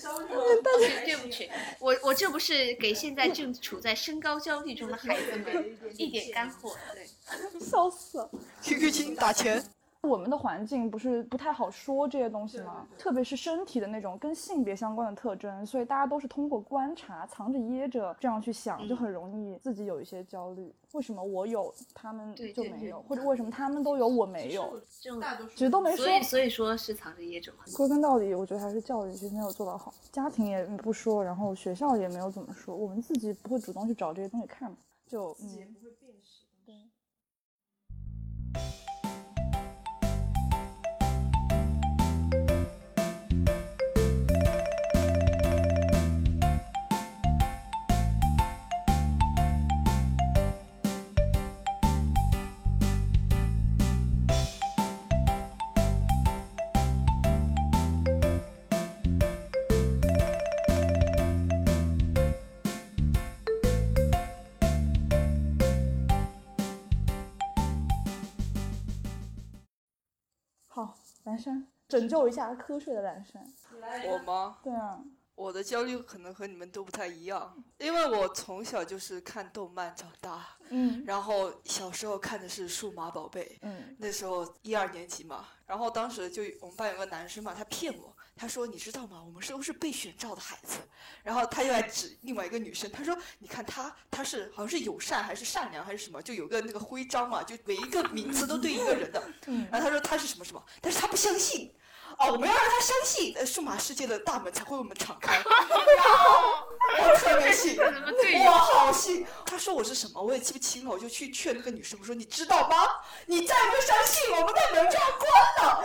Speaker 3: 焦虑
Speaker 5: 对，对不起，我我这不是给现在正处在身高焦虑中的孩 子们一点干货。对，
Speaker 1: 笑死了！
Speaker 4: QQ 亲打钱，
Speaker 1: 我们的环境不是不太好说这些东西吗？特别是身体的那种跟性别相关的特征，所以大家都是通过观察、藏着掖着这样去想，就
Speaker 5: 嗯
Speaker 1: 很容易自己有一些焦虑。为什么我有，他们
Speaker 5: 对
Speaker 1: 就
Speaker 5: 对
Speaker 1: 没
Speaker 5: 对
Speaker 1: 有？或者为什么他们都有，我没有？
Speaker 5: 这种
Speaker 3: 多数
Speaker 1: 其实都没说
Speaker 5: 所。以所以说是藏着掖着嘛。
Speaker 1: 归根到底，我觉得还是教育其实没有做到好，家庭也不说，然后学校也没有怎么说，我们自己不会主动去找这些东西看嘛，就嗯。好，蓝山，拯救一下瞌睡的蓝山。
Speaker 4: 我吗？
Speaker 1: 对 啊，
Speaker 4: 我的焦虑可能和你们都不太一样，因为我从小就是看动漫长大，
Speaker 1: 嗯
Speaker 4: 然后小时候看的是《数码宝贝》，
Speaker 1: 嗯，
Speaker 4: 那时候一二年级嘛，然后当时就我们班有个男生嘛，他骗我，他说你知道吗，我们都是被选召的孩子，然后他又来指另外一个女生，他说你看她，她是好像是友善还是善良还是什么，就有个那个徽章嘛，就每一个名字都对一个人的，
Speaker 5: 嗯
Speaker 4: 然后他说她是什么什么，但是他不相信。哦，我们要让他相信，呃，数码世界的大门才会为我们敞开。然后我特别信，
Speaker 5: 怎么对
Speaker 4: 我好信。他说我是什么，我也记不清了，我就去劝那个女生，我说你知道吗？你再不相信，我们的门就要关了。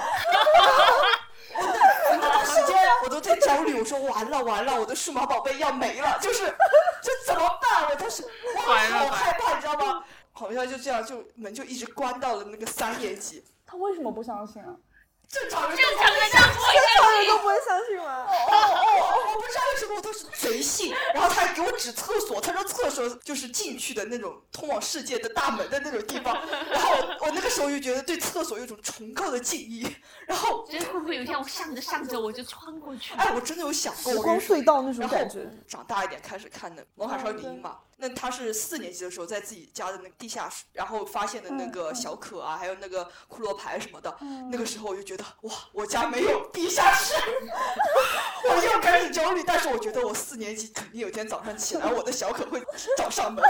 Speaker 4: 我的时间，我都在焦虑，我说完了完了，我的数码宝贝要没了，就是这怎么办？我当时我好害怕，你知道吗？好像就这样，就门就一直关到了那个三年级。
Speaker 1: 他为什么不相信啊？
Speaker 4: 正常人都哦
Speaker 5: 正常的让我
Speaker 3: 都不会相信吗？
Speaker 4: 我不知道为什么我当时贼信，然后他还给我指厕所，他说厕所就是进去的那种通往世界的大门的那种地方，然后我那个时候就觉得对厕所有一种崇高的敬意，然后
Speaker 5: 觉得会不会有一天我上着上着我就穿过去 了？
Speaker 4: 哎，我真的有想过，
Speaker 3: 时
Speaker 4: 我跟
Speaker 3: 光
Speaker 4: 你说。
Speaker 3: 隧道那种
Speaker 4: 然后
Speaker 3: 感觉，
Speaker 4: 长大一点开始看的《魔法少女樱》嘛，那他是四年级的时候在自己家的那个地下室，然后发现的那个小可啊，还有那个骷髅牌什么的。那个时候我就觉得哇，我家没有地下室， 我又开始焦虑。但是我觉得我四年级肯定有一天早上起来，我的小可会找上门，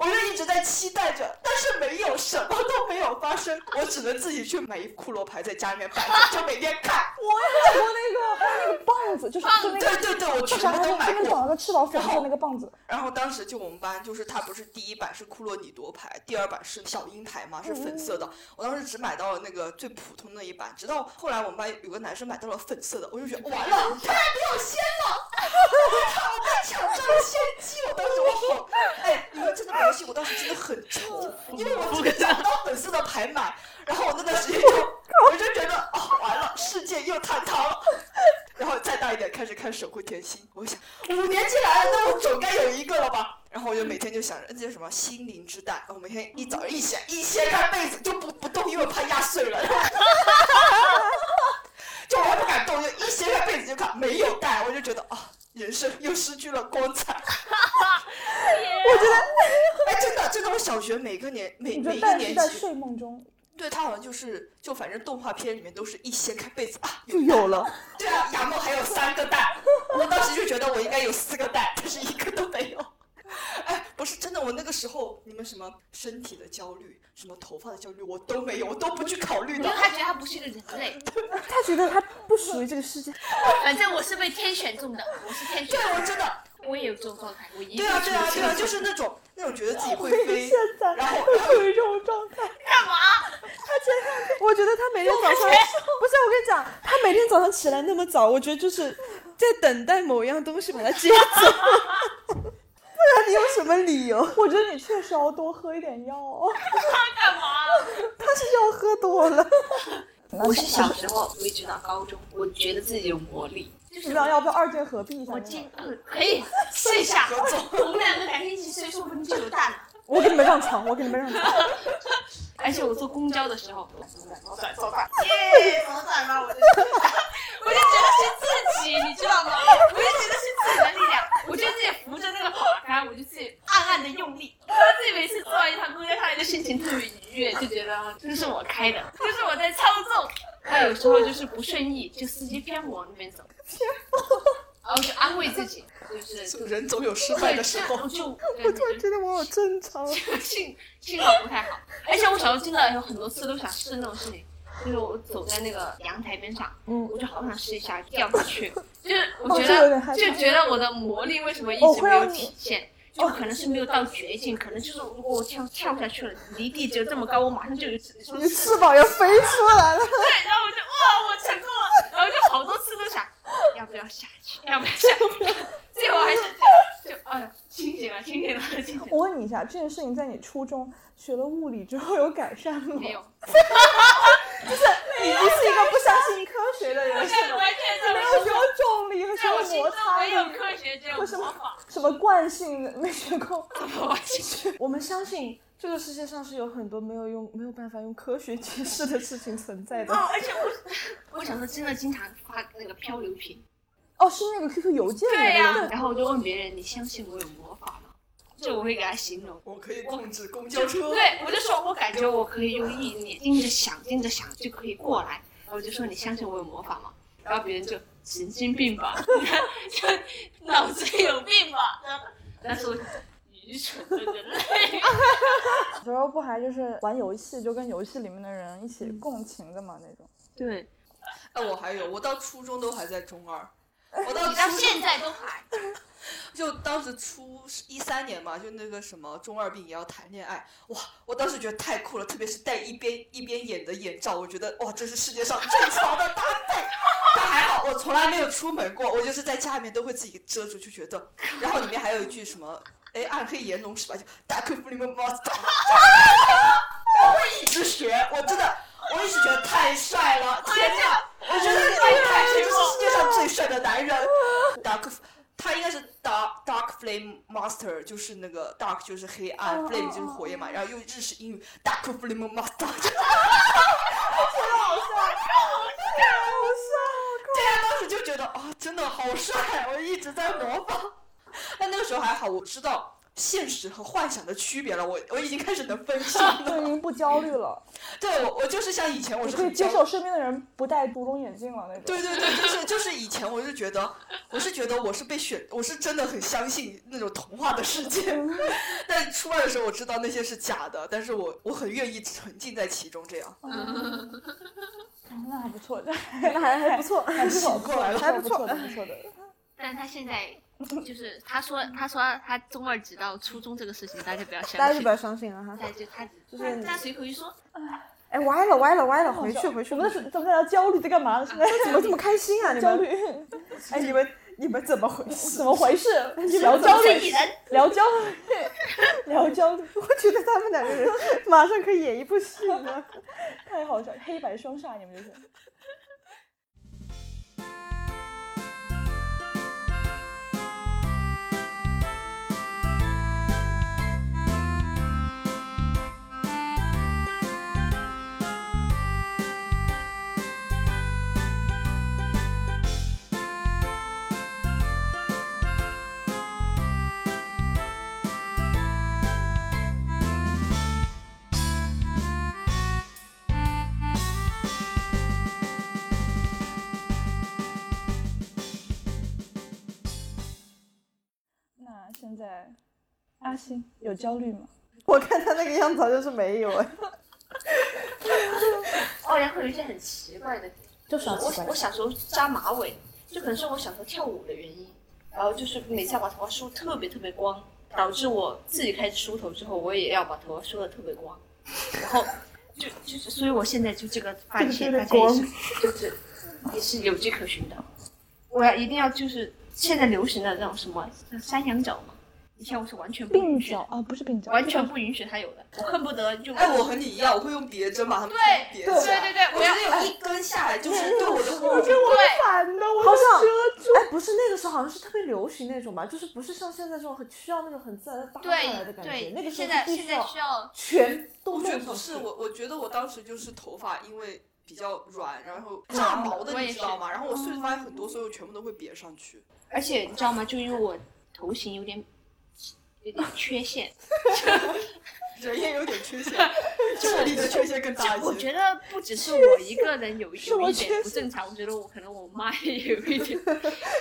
Speaker 4: 我就一直在期待着，但是没有什么都没有发生，我只能自己去买一骷髅牌在家里面摆着，就每天看。
Speaker 1: 我那个还有那个棒子，就是就那
Speaker 4: 对
Speaker 1: 个
Speaker 4: 对对，我全
Speaker 1: 啥
Speaker 4: 部都
Speaker 1: 这
Speaker 4: 买
Speaker 1: 边
Speaker 4: 过
Speaker 1: 长。了个翅膀粉色的那个棒子，
Speaker 4: 然后当时就我们班，就是它不是第一版是库洛里夺牌，第二版是小鹰牌嘛，是粉色的。我当时只买到了那个最普通的一版，直到后来我们班有个男生买到了粉色的，我就觉得完了，他没有仙了，想占先机，我当时我好，哎，你们真的不信，我当时真的很愁，因为我只能找不到粉丝的排满，然后我那段时间就，我就觉得哦，完了，世界又坍塌了。然后再大一点开始看《守护甜心》，我想
Speaker 1: 哎
Speaker 4: 五年级来了，那我总该有一个了吧？然后我就每天就想着，那叫什么心灵之蛋，我每天一早一掀一掀开被子就不不动，因为我怕压碎了。然 后就我还不敢动，就一掀开被子就看没有蛋，我就觉得啊、人生又失去了光 彩。我觉得，哎，真的真的，我小学每个年每
Speaker 1: 你就
Speaker 4: 每一个
Speaker 1: 但是
Speaker 4: 年
Speaker 1: 在
Speaker 4: 级，
Speaker 1: 睡梦中，
Speaker 4: 对他好像就是就反正动画片里面都是一掀开被子啊，
Speaker 3: 就有了。
Speaker 4: 对啊，亚梦还有三个 蛋，我当时就觉得我应该有四个蛋，但是一个都没有。 哎，不是真的，我那个时候你们什么身体的焦虑，什么头发的焦虑，我都没有，我都不去考虑
Speaker 5: 因
Speaker 4: 的
Speaker 5: 为。他觉得他不是个人类，
Speaker 3: 他觉得他不属于这个世界，
Speaker 5: 反正我是被天选中的，我是天 选
Speaker 4: 对，我
Speaker 5: 中
Speaker 4: 真的，
Speaker 5: 的，我也有这种状态，我一定
Speaker 4: 对啊，对啊，对啊，
Speaker 5: 是
Speaker 4: 就是那种那种觉得自己会飞，
Speaker 3: 现在
Speaker 4: 然后
Speaker 3: 处于这种状态。
Speaker 5: 干嘛？
Speaker 3: 我觉得他每天早上，不是我跟你讲，他每天早上起来那么早，我觉得就是在等待某一样东西把它接走。不然你有什么理由？
Speaker 1: 我觉得你确实要多喝一点药哦。
Speaker 5: 干嘛？
Speaker 3: 他是药喝多了，
Speaker 5: 我是小时候，我一直到高中，我觉得自己有魔力，就
Speaker 1: 你
Speaker 5: 是
Speaker 1: 们俩要不要二键合并一下
Speaker 5: 我
Speaker 1: 那个？
Speaker 5: 今嗯可以试一下，我们两个改天一起睡，说不定就有蛋了。
Speaker 3: 我给你们让场，我给你们 让场。
Speaker 5: 而且我坐公交的时候，
Speaker 2: 耶，怎么办呢？我就
Speaker 5: 我就觉得是自己，你知道吗？我就觉得是自己的力量，我就自己扶着那个把杆，我就自己暗暗的用力。我自己每次坐完一趟公交上来，就心情特别愉悦，就觉得啊这是我开的，这是我在操纵。但有时候就是不顺意，就司机偏往那边走，然后就安慰自己，就是。
Speaker 4: 人总有失败的时候。
Speaker 5: 我就
Speaker 3: 我 突然觉得我好正常。
Speaker 5: 信信号不太好，而且我小时候真的有很多次都想试那种事情，就是我走在那个阳台边上，
Speaker 3: 嗯
Speaker 5: 我就好想试一下掉下去，就是我
Speaker 1: 哦
Speaker 5: 觉
Speaker 1: 这个有点
Speaker 5: 得、
Speaker 1: 害怕
Speaker 5: 就觉得我的魔力为什么一
Speaker 1: 哦
Speaker 5: 直
Speaker 1: 会
Speaker 5: 没有
Speaker 1: 让你
Speaker 5: 体现。就可能是没有到绝境，可能就是如果我跳跳下去了，离地只有这么高，我马上就有只说
Speaker 3: 你翅膀要飞出来 了，
Speaker 5: 对，然后我就哇，我成功了，然后就好多次都想要不要下去，要不要下 去，最后还是就就哎呀，清醒了，清醒了，清醒 了，
Speaker 1: 我问你一下，这件事情在你初中学了物理之后有改善吗？
Speaker 5: 没有。
Speaker 1: 你不是一个不相信科学的人，
Speaker 5: 我现在完全在
Speaker 1: 没
Speaker 5: 我
Speaker 1: 有
Speaker 5: 心
Speaker 1: 什么重力和什
Speaker 5: 在我
Speaker 1: 么
Speaker 5: 心
Speaker 1: 摩
Speaker 5: 中
Speaker 1: 擦
Speaker 5: 没有
Speaker 1: 力，
Speaker 5: 科学，只有
Speaker 1: 为什
Speaker 5: 魔
Speaker 1: 么
Speaker 5: 法。
Speaker 1: 什么惯性没学 过。
Speaker 5: 我去，
Speaker 3: 我们相信这个世界上是有很多没有用、没有办法用科学解释的事情存 在的。
Speaker 5: 哦，而且我我小时候真的经常发那个漂流瓶。
Speaker 1: 哦，是那个 QQ 邮件里
Speaker 5: 对
Speaker 1: 面
Speaker 5: 呀、
Speaker 1: 的。
Speaker 5: 然后我就问别人：“你相信我有魔法吗？”这我会给他形容。
Speaker 4: 我可以控制公交车，
Speaker 5: 对，我就说我感觉我可以用意念盯着想，盯着想就可以过来。然后我就说：“你相信我有魔法吗？”然后别人就神经病吧，就脑子有病吧。但是我愚蠢的人类。
Speaker 1: 小时候不还就是玩游戏，就跟游戏里面的人一起共情的嘛那种。
Speaker 5: 对，
Speaker 4: 哎，我还有，我到初中都还在中二，我到
Speaker 5: 你到
Speaker 4: 初中
Speaker 5: 现在都还
Speaker 4: 就当时初一三年嘛，就那个什么中二病也要谈恋爱，哇！我当时觉得太酷了，特别是戴一边一边眼的眼罩，我觉得哇，这是世界上最潮的搭配。 但还好我从来没有出门过，我就是在家里面都会自己遮住，就觉得。然后里面还有一句什么，哎，暗黑炎龙是吧？就大克弗里面 monster，我会一直学，我真的，我一直觉得太帅了，天哪！我觉得太太帅，这是世界上最帅的男人。Dark，他应该是 Dark Dark Flame Master，就是那个 Dark 就是黑暗、f l a m e 就是火焰嘛，然后又日式英语 Dark Flame Master，真的对啊，当时就觉得啊、真的好帅，我一直在模仿。但那个时候还好，我知道现实和幻想的区别了，我我已经开始能分清了。
Speaker 1: 对，您不焦虑了，
Speaker 4: 对我，我就是像以前我
Speaker 1: 你
Speaker 4: 是
Speaker 1: 可以
Speaker 4: 很
Speaker 1: 接
Speaker 4: 焦
Speaker 1: 受身边的人不戴独龙眼镜了那种。
Speaker 4: 对对对，就是就是以前我是觉得，我是觉得我是被选，我是真的很相信那种童话的世界。
Speaker 3: 嗯
Speaker 4: 但出来的时候我知道那些是假的，但是我我很愿意沉浸在其中，这样。
Speaker 3: 哦
Speaker 1: 哎那还不错，这还
Speaker 3: 那还还不错，还不
Speaker 4: 醒过来了
Speaker 1: 还
Speaker 3: 还
Speaker 1: 不
Speaker 3: 不
Speaker 1: 错
Speaker 3: 错
Speaker 1: 的，。不错的。
Speaker 5: 但他现在就是他说他说他中二直到初中这个事情，大家不要相信。
Speaker 3: 大家就不要相信了哈。
Speaker 5: 他就他
Speaker 3: 就
Speaker 5: 他
Speaker 3: 是
Speaker 5: 他随口一说，
Speaker 3: 哎，歪了歪了歪了，回去回去，
Speaker 1: 我们在咱们在聊焦虑在干嘛呢？现在
Speaker 3: 怎么这么开心啊？你
Speaker 1: 焦
Speaker 3: 们
Speaker 1: 虑。
Speaker 3: 哎，你们你们怎么回事？
Speaker 1: 怎么回 事？聊
Speaker 3: 聊
Speaker 1: 焦
Speaker 3: 焦
Speaker 1: 虑
Speaker 3: 虑，
Speaker 1: 聊焦虑， 聊焦虑，
Speaker 3: 我觉得他们两个人马上可以演一部戏了。
Speaker 1: 太好笑！黑白双煞，你们就是。那现在，阿星有焦虑吗？
Speaker 3: 我看他那个样子，好像是没有哎。
Speaker 5: 哦，然后有一些很奇怪的点，
Speaker 1: 就
Speaker 5: 我我小时候扎马尾，就可能是我小时候跳舞的原因，然后就是每次要把头发梳特别特别光，导致我自己开始梳头之后，我也要把头发梳的特别光，然后就就是，所以我现在就这个发
Speaker 3: 这
Speaker 5: 现，
Speaker 3: 个
Speaker 5: 发现也是就是也是有迹可循的。我要一定要就是现在流行的那种什么山羊角嘛，以前我是完全不
Speaker 1: 鬓
Speaker 5: 允许
Speaker 1: 角
Speaker 5: 的，
Speaker 1: 啊，不是鬓角，
Speaker 5: 完全不允许它有的，我恨不得就
Speaker 4: 哎，我和你一样，我会用别针把它们
Speaker 2: 对
Speaker 4: 别
Speaker 2: 对
Speaker 4: 起来。
Speaker 2: 对对，
Speaker 4: 我
Speaker 2: 我要
Speaker 4: 觉得有一根下来就是对我的我
Speaker 2: 对，
Speaker 1: 烦的，我
Speaker 3: 好像哎，不是那个时候好像是特别流行那种吧，就是不是像现在这种很需要那种很自然的搭
Speaker 2: 对
Speaker 3: 下来的感觉，
Speaker 2: 对
Speaker 3: 那个时候
Speaker 2: 现在
Speaker 3: 是必
Speaker 2: 现
Speaker 3: 须
Speaker 2: 在
Speaker 3: 要
Speaker 2: 需要
Speaker 3: 全都
Speaker 4: 我觉
Speaker 3: 弄
Speaker 4: 得不
Speaker 3: 上
Speaker 4: 是
Speaker 3: 去
Speaker 4: 我，我觉得我当时就是头发因为比较软，然
Speaker 5: 哦
Speaker 4: 后炸毛的，
Speaker 2: 我
Speaker 4: 你
Speaker 2: 也
Speaker 4: 知道
Speaker 2: 是
Speaker 4: 吗？然后我碎头发也很
Speaker 5: 嗯
Speaker 4: 多，所以我全部都会别 上去。
Speaker 5: 而且你知道吗？就因为我头型有点有点缺陷，
Speaker 4: 人也有点缺 陷，智力的缺陷更大一
Speaker 5: 我
Speaker 4: 些。
Speaker 5: 觉得不只是我一个人有
Speaker 3: 是
Speaker 5: 有
Speaker 3: 我
Speaker 5: 一
Speaker 3: 缺
Speaker 5: 点不
Speaker 3: 陷
Speaker 5: 正常，我觉得我可能我妈也有一 点。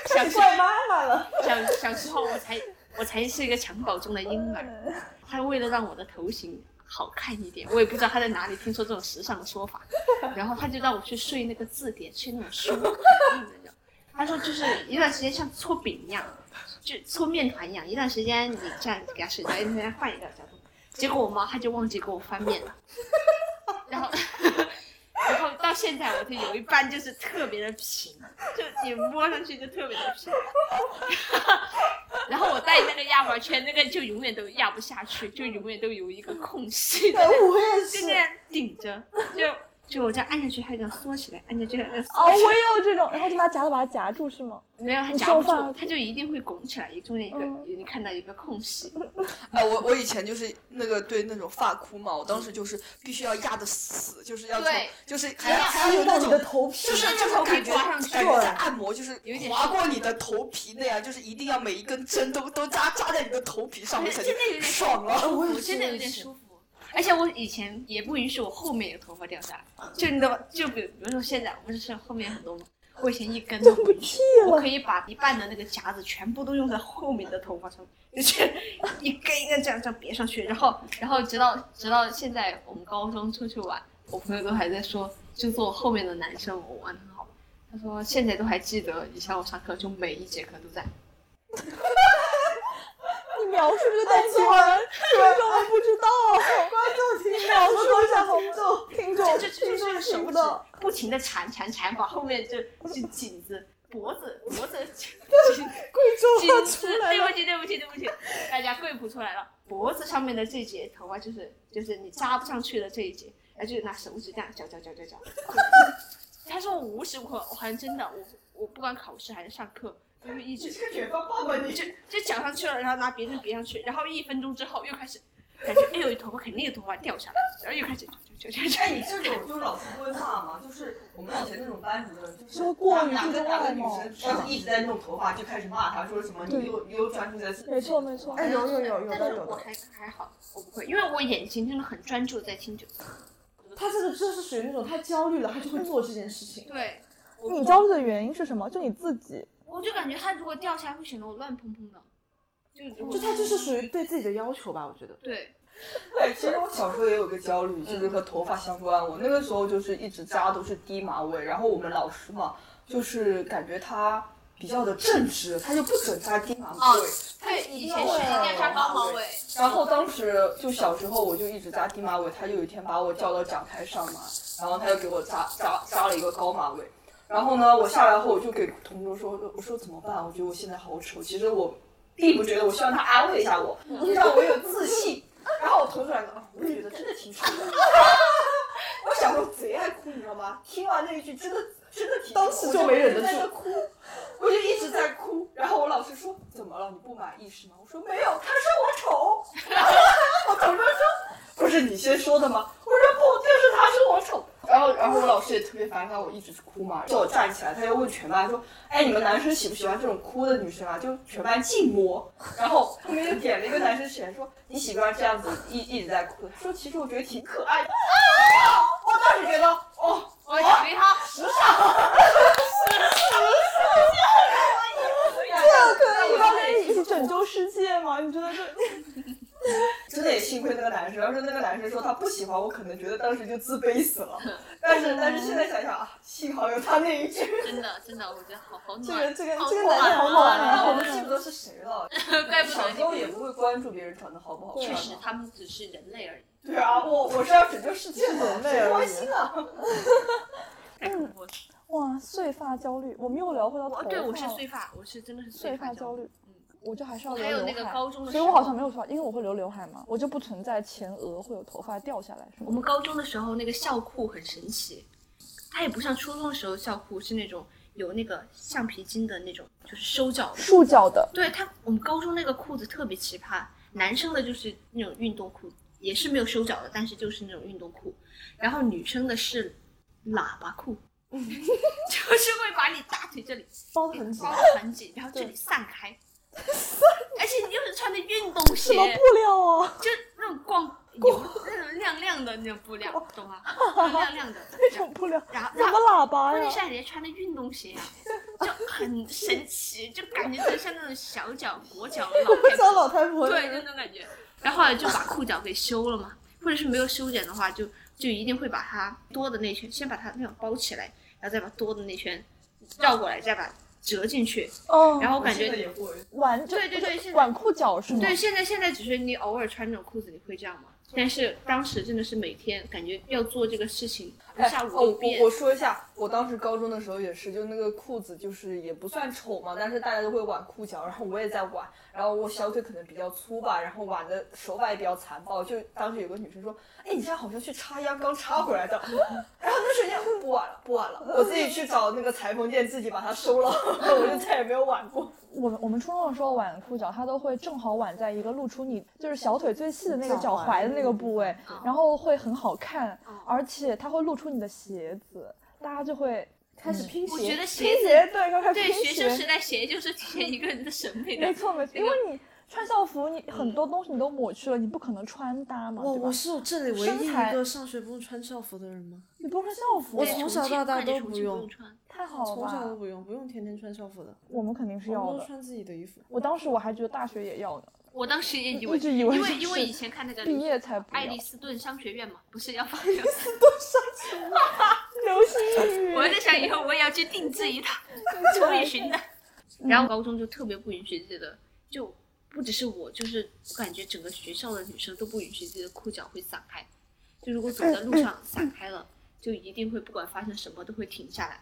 Speaker 5: 小时
Speaker 3: 怪妈妈 了，
Speaker 5: 小小时候我才我才是一个襁褓中的婴
Speaker 3: 嗯
Speaker 5: 儿，她为了让我的头型好看一点，我也不知道她在哪里听说这种时尚的说 法，然后她就让我去睡那个字典，睡那种书， 你她说就是一段时间像搓饼一样，就搓面团一样，一段时间你这样给它睡着，一段时间换一个角度，结果我妈她就忘记给我翻面了， 然后。然后到现在，我就有一半就是特别的平，就你摸上去就特别的平。然后我戴那个压毛圈，那个就永远都压不下去，就永远都有一个空隙，
Speaker 3: 对，我也
Speaker 5: 就是那，样顶着，就就我这样按下去，它就这样缩起来，按下去它就
Speaker 1: 哦，
Speaker 5: 缩起
Speaker 1: 我也有这种，然后就拿夹子把它夹住是吗？
Speaker 5: 来，没有它
Speaker 1: 你
Speaker 5: 夹不
Speaker 1: 做饭
Speaker 5: 住，它就一定会拱起来，中间一个
Speaker 1: 嗯
Speaker 5: 你看到一个空隙，
Speaker 4: 哎，我我以前就是那个对那种发箍嘛，我当时就是必须要压的死，就是要从
Speaker 2: 对
Speaker 4: 就是还要
Speaker 3: 哎
Speaker 4: 还
Speaker 3: 还
Speaker 4: 要
Speaker 3: 有
Speaker 4: 有
Speaker 3: 到
Speaker 4: 那
Speaker 3: 你
Speaker 4: 种
Speaker 3: 的头皮，
Speaker 4: 就是
Speaker 5: 那
Speaker 4: 这
Speaker 5: 头
Speaker 4: 种
Speaker 5: 皮
Speaker 4: 感觉，
Speaker 5: 刮上去
Speaker 4: 感觉在按摩，就是
Speaker 5: 有点
Speaker 4: 划过你的头皮那样，就是一定要每一根针都都扎扎在你的头皮上面才
Speaker 5: 真的有点
Speaker 4: 爽啊了。
Speaker 3: 我也
Speaker 5: 我真的有点
Speaker 3: 是
Speaker 5: 舒服。而且我以前也不允许我后面有头发掉下来，就你懂吗？就比比如说现在我不是是后面很多吗？我以前一根都不允许，我可以把一半的那个夹子全部都用在后面的头发上，就是 一根一根这样这样别上去，然后然后直到直到现在我们高中出去玩，我朋友都还在说，就坐我后面的男生我玩得很好，他说现在都还记得以前我上课就每一节课都在，
Speaker 1: 你描述这个单词，
Speaker 4: 哎
Speaker 1: 观众们不知道，
Speaker 3: 哎观众听到，我说一下听众，听众，
Speaker 5: 就就就是手指不停的缠缠缠，把后面就就颈子、脖子、脖子、颈
Speaker 3: 贵州
Speaker 5: 颈
Speaker 3: 话
Speaker 5: 子
Speaker 3: 出，来
Speaker 5: 对
Speaker 3: 了，
Speaker 5: 不起对不起对不起，大家跪谱出来了，脖子上面的这一节头发就是就是你扎不上去的这一节，然后就拿手指这样绞绞绞绞绞。 他说我无时无刻，我好像真的我我不管考试还是上课，我就一直
Speaker 4: 这卷发爸爸，你
Speaker 5: 就就绞上去了，然后拿别针别上去，然后一分钟之后又开始感觉哎呦头发肯定有头发掉下来，然后又开始就就就就。
Speaker 4: 哎，你这种就是老师不会骂吗？就是我们以前那种班主任，就是
Speaker 1: 说过于
Speaker 4: 哪
Speaker 1: 注
Speaker 4: 个
Speaker 1: 重
Speaker 4: 哪个
Speaker 1: 外
Speaker 4: 女
Speaker 1: 貌
Speaker 4: 生，要是一直在弄头发，就开始骂她，说什么
Speaker 1: 对
Speaker 4: 你又你又专注在
Speaker 1: 没错没错。
Speaker 3: 哎，有有有有
Speaker 5: 但
Speaker 3: 的
Speaker 5: 是
Speaker 3: 有
Speaker 5: 我
Speaker 3: 的，
Speaker 5: 还还好，我不会，因为我眼睛真的很专注在听着。
Speaker 3: 他这个就是属于那种太焦虑了，他就会做这件事情。
Speaker 5: 对，我
Speaker 1: 你焦虑的原因是什么？就你自己，
Speaker 5: 我就感觉它如果掉下来，会显得我乱蓬蓬的。就如果
Speaker 3: 就他就是属于对自己的要求吧，我觉得。
Speaker 5: 对，
Speaker 4: 哎，其实我小时候也有个焦虑，就是和头发相关。我那个时候就是一直扎都是低马尾，然后我们老师嘛，就是感觉他比较的正直，他就不准扎低马尾。
Speaker 5: 对，以前
Speaker 4: 要
Speaker 5: 是一定
Speaker 4: 扎
Speaker 5: 要扎哦
Speaker 4: 马
Speaker 5: 高马尾，
Speaker 4: 然后当时就小时候我就一直扎低马尾，他就有一天把我叫到讲台上嘛，然后他就给我扎扎扎了一个高马尾。然后呢，我下来后我就给同桌说，我说怎么办？我觉得我现在好丑。其实我并不觉得，我希望他安慰一下我，就让我有自信。然后我同桌来个，啊我觉得真的挺丑的。我小时候贼爱哭，你知道吗？听完那一句，真的真的挺
Speaker 3: 当时就没忍得住
Speaker 4: 我在那哭，我就一直在哭。然后我老师说，怎么了？你不满意是吗？我说没有，他说我丑。我同桌说，不是你先说的吗？我说不，就是他说我丑。然后，然后我老师也特别烦，看我一直哭嘛，叫我站起来，他就问全班说：“哎，你们男生喜不喜欢这种哭的女生啊？”就全班静默。然后后面又点了一个男生起来说：“你喜不喜欢这样子一一直在哭的？”说其实我觉得挺可爱的。啊我当时觉得，哦，
Speaker 5: 我奖励他，
Speaker 4: 这
Speaker 3: 你们一起拯救世界吗？你觉得这
Speaker 4: 真的也幸亏那个男生，要是那个男生说他不喜欢我，可能觉得当时就自卑死了。但是但是现在想想啊，幸好有他那一句，
Speaker 5: 真的真的，我觉得好好
Speaker 3: 这个
Speaker 5: 暖，
Speaker 3: 这个
Speaker 5: 好
Speaker 3: 这个
Speaker 5: 暖
Speaker 3: 男人好暖
Speaker 5: 啊
Speaker 4: 但我
Speaker 3: 啊！
Speaker 4: 都记不得是谁了。
Speaker 5: 怪不
Speaker 4: 小
Speaker 5: 得
Speaker 4: 时候也不会关注别人长得好不好看
Speaker 5: 确
Speaker 4: 嘛。
Speaker 5: 实他们只是人类而已。
Speaker 4: 对啊，我我是要拯救世界的，
Speaker 3: 人类
Speaker 4: 谁
Speaker 3: 而已
Speaker 4: 关心啊？
Speaker 5: 太恐怖了！
Speaker 1: 哇，碎发焦虑，我们又聊回到头
Speaker 5: 我
Speaker 1: 发
Speaker 5: 对我是
Speaker 1: 了
Speaker 5: 碎发，我是真的是
Speaker 1: 碎
Speaker 5: 发
Speaker 1: 发焦
Speaker 5: 虑。嗯
Speaker 1: 虑，我就还是要
Speaker 5: 我
Speaker 1: 留
Speaker 5: 还有那个
Speaker 1: 刘海
Speaker 5: 高中的时
Speaker 1: 所以
Speaker 5: 候，
Speaker 1: 我好像没有头发，因为我会留刘海嘛，我就不存在前额会有头发掉下来什
Speaker 5: 我
Speaker 1: 么
Speaker 5: 们高中的时候那个校裤很神奇，它也不像初中的时候校裤是那种有那个橡皮筋的那种，就是收脚的。
Speaker 1: 束脚的，
Speaker 5: 对它，我们高中那个裤子特别奇葩，男生的就是那种运动裤，也是没有收脚的，但是就是那种运动裤，然后女生的是喇叭 裤，就是会把你大腿这里
Speaker 3: 包很紧
Speaker 5: 包，的很紧，然后这里散 开，而且你又是穿的运动
Speaker 3: 什
Speaker 5: 鞋，
Speaker 3: 么布料啊？
Speaker 5: 就那种逛有那种亮亮的那种布料，懂吗？那种亮亮的，
Speaker 3: 那种布料
Speaker 5: 然后
Speaker 3: 什
Speaker 5: 然
Speaker 3: 么
Speaker 5: 后
Speaker 3: 喇叭
Speaker 5: 关键
Speaker 3: 呀
Speaker 5: 是？还人家穿的运动鞋呀、就很神奇，就感觉就像那种小脚裹脚老太
Speaker 3: 像
Speaker 5: 婆，
Speaker 3: 老太婆
Speaker 5: 对，就那种感觉。然后后来就把裤脚给修了嘛，或者是没有修剪的话，就就一定会把它多的那圈先把它那种包起来，然后再把多的那圈绕过来，再把折进去。
Speaker 1: 哦，
Speaker 5: 然后我感
Speaker 4: 现在
Speaker 5: 觉
Speaker 4: 也会。
Speaker 1: 挽就
Speaker 5: 对对对
Speaker 1: 不
Speaker 5: 现
Speaker 1: 是
Speaker 5: 在
Speaker 1: 挽裤脚是吗？
Speaker 5: 对，现在现在只是你偶尔穿这种裤子你会这样吗？但是当时真的是每天感觉要做这个事情，一
Speaker 4: 哎
Speaker 5: 下午
Speaker 4: 哦
Speaker 5: 六
Speaker 4: 我
Speaker 5: 遍
Speaker 4: 我。说一下，我当时高中的时候也是，就那个裤子就是也不算丑嘛，但是大家都会挽裤脚，然后我也在挽，然后我小腿可能比较粗吧，然后挽的手法也比较残暴，就当时有个女生说，哎，你这样好像去插秧刚插回来的， 然后那瞬间不挽了，不挽了，我自己去找那个裁缝店自己把它收了， 我就再也没有挽过。
Speaker 1: 我们我们初中的时候挽裤脚，它都会正好挽在一个露出你就是小腿最细的那个脚
Speaker 3: 脚踝
Speaker 1: 踝的那个部位，
Speaker 5: 嗯
Speaker 1: 然后会很好看
Speaker 5: 嗯，
Speaker 1: 而且它会露出你的鞋子，大家就会
Speaker 3: 开始拼
Speaker 5: 我觉
Speaker 3: 鞋，
Speaker 5: 得鞋
Speaker 1: 拼
Speaker 5: 子
Speaker 1: 鞋，对，刚开始
Speaker 5: 对
Speaker 1: 拼
Speaker 5: 学生
Speaker 1: 鞋，
Speaker 5: 时代，鞋就是体现一个人的审美的
Speaker 1: 没。错没错，因为你穿校服，你很
Speaker 5: 嗯
Speaker 1: 多东西你都抹去了，你不可能穿搭嘛，
Speaker 6: 我
Speaker 1: 对吧
Speaker 6: 我？是我这里唯
Speaker 1: 身
Speaker 6: 一一
Speaker 1: 材
Speaker 6: 个上学不用穿校服的人 吗？
Speaker 1: 你不穿校服，
Speaker 6: 我
Speaker 5: 对
Speaker 6: 从
Speaker 5: 重
Speaker 6: 小
Speaker 5: 庆
Speaker 6: 到大
Speaker 5: 快点
Speaker 6: 都
Speaker 5: 重
Speaker 6: 不
Speaker 5: 庆不
Speaker 6: 用
Speaker 5: 用穿。
Speaker 1: 太好了
Speaker 6: 从小都
Speaker 1: 吧？
Speaker 6: 不用，不用天天穿校服的，
Speaker 1: 我们肯定是
Speaker 6: 我
Speaker 1: 要
Speaker 6: 们都
Speaker 1: 的。
Speaker 6: 穿自己的衣服。
Speaker 1: 我当时我还觉得大学也要呢，
Speaker 5: 我当时也以
Speaker 1: 一
Speaker 5: 为，
Speaker 1: 直以
Speaker 5: 因
Speaker 1: 为
Speaker 5: 为
Speaker 1: 是
Speaker 5: 因为以前看那个
Speaker 1: 毕业才不
Speaker 5: 爱
Speaker 1: 要
Speaker 5: 丽。斯顿商学院嘛，不是要放学？
Speaker 1: 流 星雨，
Speaker 5: 我在想以后我也要去定制 一套，楚雨荨的。
Speaker 1: 嗯
Speaker 5: 然后高中就特别不允许自己的，就不只是我，就是我感觉整个学校的女生都不允许自己的裤脚会散开，就如果走在路上散开了，就一定会不管发生什么都会停下来，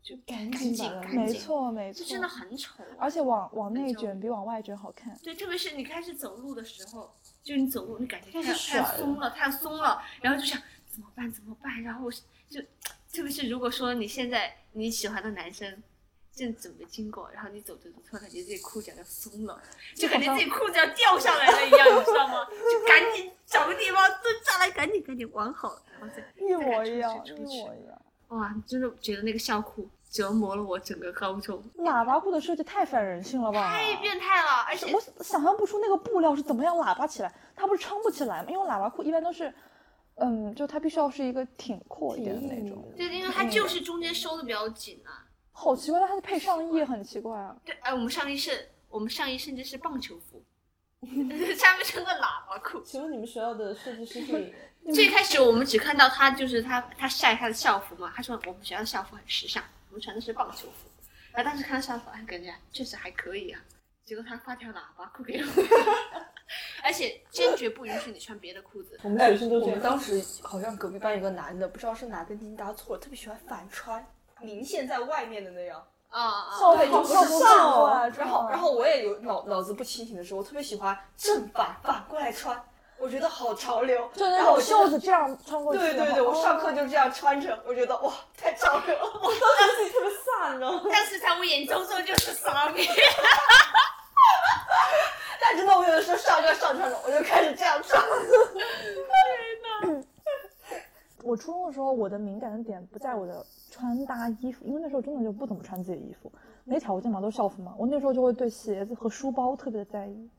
Speaker 5: 就赶紧赶紧，
Speaker 1: 没错没
Speaker 5: 就
Speaker 1: 错，
Speaker 5: 真的很丑啊。
Speaker 1: 而且往往
Speaker 5: 很
Speaker 1: 内
Speaker 5: 焦
Speaker 1: 卷比往外卷好看。
Speaker 5: 对，特别是你开始走路的时候，就是你走路，你感觉它
Speaker 1: 开
Speaker 5: 要
Speaker 1: 始
Speaker 5: 它要
Speaker 1: 甩了
Speaker 5: 松了，它要松了，然后就想怎么办怎么办，然后就特别是如果说你现在你喜欢的男生正准备经过，然后你走着走着，突然感觉自己裤脚要松了，就感觉自己裤脚掉下来了一样，你知道吗？就赶紧找个地方蹲下来，赶紧赶紧挽好，然后再
Speaker 1: 一
Speaker 5: 再
Speaker 1: 模
Speaker 5: 赶
Speaker 1: 一样，
Speaker 5: 出
Speaker 1: 一
Speaker 5: 去出去
Speaker 1: 模。一样。
Speaker 5: 哇，真的觉得那个校裤折磨了我整个高中，
Speaker 1: 喇叭裤的设计太反人性了吧！
Speaker 5: 太变态了，而且
Speaker 1: 我想象不出那个布料是怎么样喇叭起来，它不是撑不起来吗？因为喇叭裤一般都是，嗯，就它必须要是一个挺阔一点的那种。
Speaker 5: 对，因为它就是中间收的比较紧啊。
Speaker 1: 好奇怪，但它的配上衣也很奇怪啊。
Speaker 5: 对，哎，我们上衣是，我们上衣甚至是棒球服， 下面穿个喇叭裤。
Speaker 3: 请问你们学校的设计师是？
Speaker 5: 最开始我们只看到他就是他他晒他的校服嘛，他说我们学校的校服很时尚，我们穿的是棒球服。然后当时看到校服，哎，感觉确实还可以啊。结果他发条喇叭裤给我， 而且坚决不允许你穿别的裤子。
Speaker 3: 我们学生都
Speaker 4: 我
Speaker 3: 这
Speaker 4: 们
Speaker 3: 样。
Speaker 4: 当时好像隔壁班有个男的，不知道是哪根筋搭错了，特别喜欢反穿，明线在外面的那样，
Speaker 5: 啊啊！
Speaker 4: 后背就
Speaker 1: 好
Speaker 4: 不是
Speaker 1: 时尚啊
Speaker 4: 然后
Speaker 1: 这样
Speaker 4: 然后我也有脑脑子不清醒的时候，我特别喜欢正反反过来穿，我觉得好潮流。
Speaker 1: 就
Speaker 4: 然
Speaker 1: 那
Speaker 4: 后
Speaker 1: 种
Speaker 4: 我
Speaker 1: 袖
Speaker 4: 袖
Speaker 1: 子
Speaker 4: 子
Speaker 1: 这样穿过去。哦
Speaker 4: 对对对，我上课就这样穿着，我觉得哇，太潮流了。 我
Speaker 3: 啊
Speaker 5: 但是在我眼中这就是傻逼。
Speaker 4: 但真的，我有的时候上课上穿着，我就开始这样穿。
Speaker 1: 我初中的时候，我的敏感的点不在我的穿搭衣服，因为那时候真的就不怎么穿自己的衣服，没条件嘛，都是校服嘛。我那时候就会对鞋子和书包特别的在意，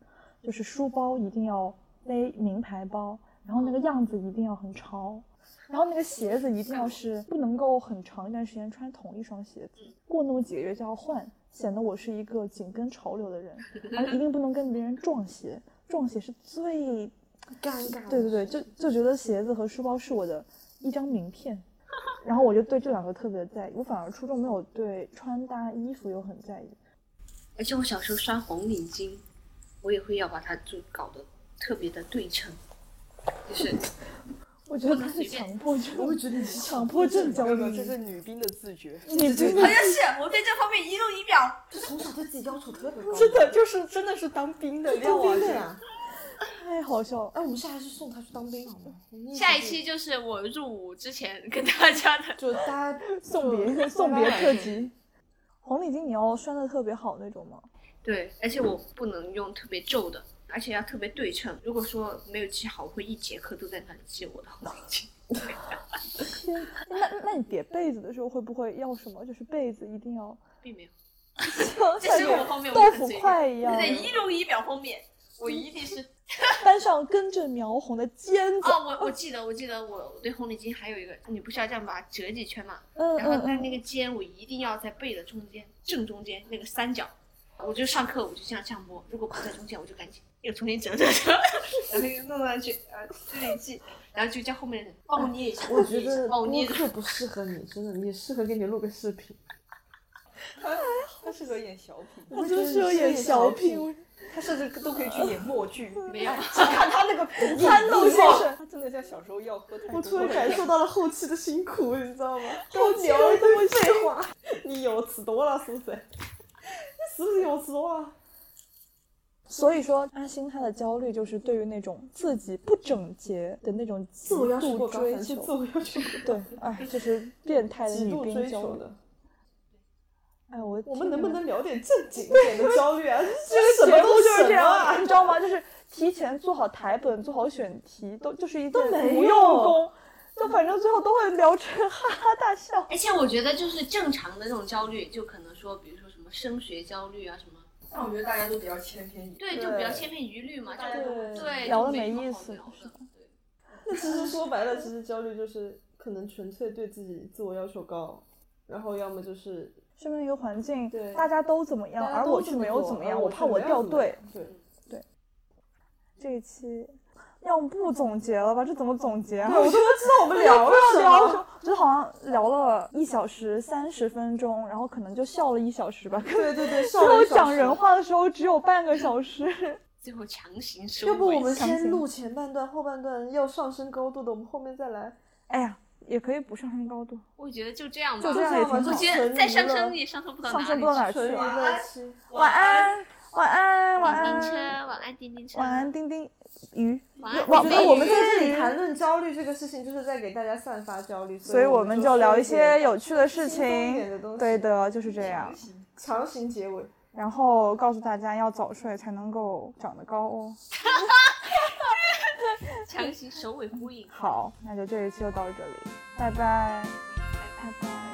Speaker 1: 就是书包一定要背名牌包，然后那个样子一定要很潮，然后那个鞋子一定要是不能够很长一段时间穿同一双鞋子，过那么几个月就要换，显得我是一个紧跟潮流的人，然后一定不能跟别人撞鞋，撞鞋是最
Speaker 3: 尴尬。
Speaker 1: 对对对，就就觉得鞋子和书包是我的一张名片，然后我就对这两个特别在意。我反而初中没有对穿搭衣服有很在意。
Speaker 5: 而且我小时候穿红领巾，我也会要把它就搞得特别的对称，就是
Speaker 1: 我觉得他是强迫症，我觉得你是强迫症焦
Speaker 7: 没有没有，这
Speaker 1: 虑。
Speaker 7: 是女兵的自觉。
Speaker 1: 你真
Speaker 5: 好
Speaker 1: 的
Speaker 5: 像是我对这方面一路一表。
Speaker 3: 就从小对自己要求特别高。
Speaker 7: 真的就是真的是当兵的料
Speaker 3: 当
Speaker 7: 啊！
Speaker 3: 兵的
Speaker 7: 这
Speaker 3: 呀！
Speaker 1: 太好笑了。啊
Speaker 3: 哎，我们下来就送他去当兵好吗？我们
Speaker 5: 下一期就是我入伍之前跟大家的，
Speaker 3: 就大家
Speaker 1: 送别 送别特辑。红领巾你要穿的特别好那种吗？
Speaker 5: 对，而且我不能用特别皱的，而且要特别对称。如果说没有系好，我会一节课都在那里系我的红领巾。
Speaker 1: 天，哎那那你叠被子的时候会不会要什么？就是被子一定要
Speaker 5: 并 没有，
Speaker 1: 像
Speaker 5: 在生活方面我
Speaker 1: 豆腐
Speaker 5: 是很随便。
Speaker 1: 块一样，
Speaker 5: 在仪容仪表方面，我一 定是
Speaker 1: 班上跟着苗红的尖子。
Speaker 5: 哦，我我记得，我记得我对红领巾还有一个，你不是要这样把它折几圈嘛？
Speaker 1: 嗯
Speaker 5: 然后
Speaker 1: 嗯
Speaker 5: 但
Speaker 1: 嗯，
Speaker 5: 那个肩我一定要在背的中间，正中间那个三角。我就上课我就这样这样摸，如果不在中间我就赶紧又重新折折折， 然后又弄上去，呃，自己记，然后就叫后面的人帮我捏一下，
Speaker 3: 我觉得
Speaker 5: 帮我捏
Speaker 3: 播
Speaker 5: 一下。
Speaker 3: 客不适合你，真的，你适合给你录个视频。
Speaker 4: 他适合演小品，
Speaker 1: 我就适合演小品，
Speaker 4: 他甚至都可以去演默 剧。
Speaker 5: 没有，
Speaker 4: 看他那个
Speaker 1: 潘露先生。
Speaker 4: 他真的像小时候要喝太
Speaker 3: 我突
Speaker 4: 多
Speaker 3: 然
Speaker 4: 了。
Speaker 3: 感受到了后期的辛苦，你知 道吗？
Speaker 1: 都牛都废话。
Speaker 3: 你有词多了是不是？你是不是有词啊多了？
Speaker 1: 所以说，阿星他的焦虑就是对于那种自己不整洁的那种极度追
Speaker 3: 是自
Speaker 1: 求，
Speaker 3: 我要求
Speaker 1: 对，哎，就是变态的
Speaker 3: 极
Speaker 1: 女
Speaker 3: 度
Speaker 1: 兵
Speaker 3: 追
Speaker 1: 焦
Speaker 3: 求
Speaker 1: 虑。
Speaker 3: 的。
Speaker 1: 哎，我
Speaker 3: 我
Speaker 1: 我
Speaker 3: 们能不能聊点正经一点的焦 虑啊？这
Speaker 1: 什么
Speaker 3: 个节
Speaker 1: 都
Speaker 3: 目
Speaker 1: 就是这样
Speaker 3: 啊
Speaker 1: 啊，！你知道吗？就是提前做好台本，做好选题，都就是一件
Speaker 3: 没
Speaker 1: 无用功，就反正最后都会聊成哈哈大笑。
Speaker 5: 而且我觉得就是正常的那种焦虑，就可能说，比如说什么升学焦虑啊什么，
Speaker 4: 但我觉得大家都比较千篇一律。
Speaker 5: 对，就比较千篇一律嘛，就
Speaker 1: 对
Speaker 5: 对，
Speaker 1: 聊
Speaker 5: 就
Speaker 1: 得没
Speaker 5: 什么
Speaker 1: 意
Speaker 5: 好
Speaker 1: 思
Speaker 5: 聊的
Speaker 1: 是
Speaker 5: 对
Speaker 3: 那其实说白了，其实焦虑就是可能纯粹对自己自我要求高，然后要么就是
Speaker 1: 身边的一个环境，
Speaker 3: 对
Speaker 1: 大家都怎么样，
Speaker 3: 大家
Speaker 1: 而
Speaker 3: 都
Speaker 1: 我
Speaker 3: 这
Speaker 1: 却没有
Speaker 3: 做
Speaker 1: 怎么
Speaker 3: 而
Speaker 1: 样，
Speaker 3: 我
Speaker 1: 怕
Speaker 3: 却
Speaker 1: 我
Speaker 3: 没有
Speaker 1: 掉
Speaker 3: 怎么
Speaker 1: 队
Speaker 3: 样。。对，
Speaker 1: 这一期，要么不总结了吧？这怎么总结啊？
Speaker 3: 我都不知道我们聊了
Speaker 1: 不
Speaker 3: 什
Speaker 1: 知道
Speaker 3: 么。
Speaker 1: 聊，就是好像聊了一小时三十分钟，然后可能就笑了一小时 吧。
Speaker 3: 对对对，
Speaker 1: 最
Speaker 3: 上
Speaker 1: 后
Speaker 3: 来
Speaker 1: 讲人话的时候只有半个小时，
Speaker 5: 最后强行收
Speaker 3: 要不我
Speaker 5: 尾。
Speaker 3: 们
Speaker 1: 相
Speaker 3: 先
Speaker 1: 信
Speaker 3: 录前半段，后半段要上升高度的，我们后面再来。
Speaker 1: 哎呀，也可以不上升高度，
Speaker 5: 我觉得就这样吧，
Speaker 1: 就这
Speaker 3: 这
Speaker 1: 样也
Speaker 3: 样吧，
Speaker 1: 挺
Speaker 5: 我
Speaker 1: 好
Speaker 5: 觉得再上升也上升不到哪
Speaker 1: 上
Speaker 5: 里去。
Speaker 1: 升不到哪儿去
Speaker 3: 纯。娱乐期。
Speaker 1: 晚安，晚安，晚
Speaker 5: 叮叮车，
Speaker 1: 安，
Speaker 5: 晚安叮叮车，
Speaker 1: 晚安，丁丁鱼。
Speaker 5: 晚安
Speaker 1: 我
Speaker 3: 我
Speaker 1: 飞
Speaker 3: 觉哎得我们
Speaker 1: 鱼
Speaker 3: 在这里谈论焦虑这个事情，就是在给大家散发焦虑，
Speaker 1: 所以我们就
Speaker 3: 说
Speaker 1: 聊一
Speaker 3: 一
Speaker 1: 些
Speaker 3: 点
Speaker 1: 有趣的事
Speaker 3: 轻松一点
Speaker 1: 情。
Speaker 3: 的东西，
Speaker 1: 对，的，就是这样。
Speaker 3: 强行结尾。
Speaker 1: 然后告诉大家要早睡才能够长得高哦。
Speaker 5: 强行首尾呼应。
Speaker 1: 好，那就这一期就到这里，拜拜，拜拜。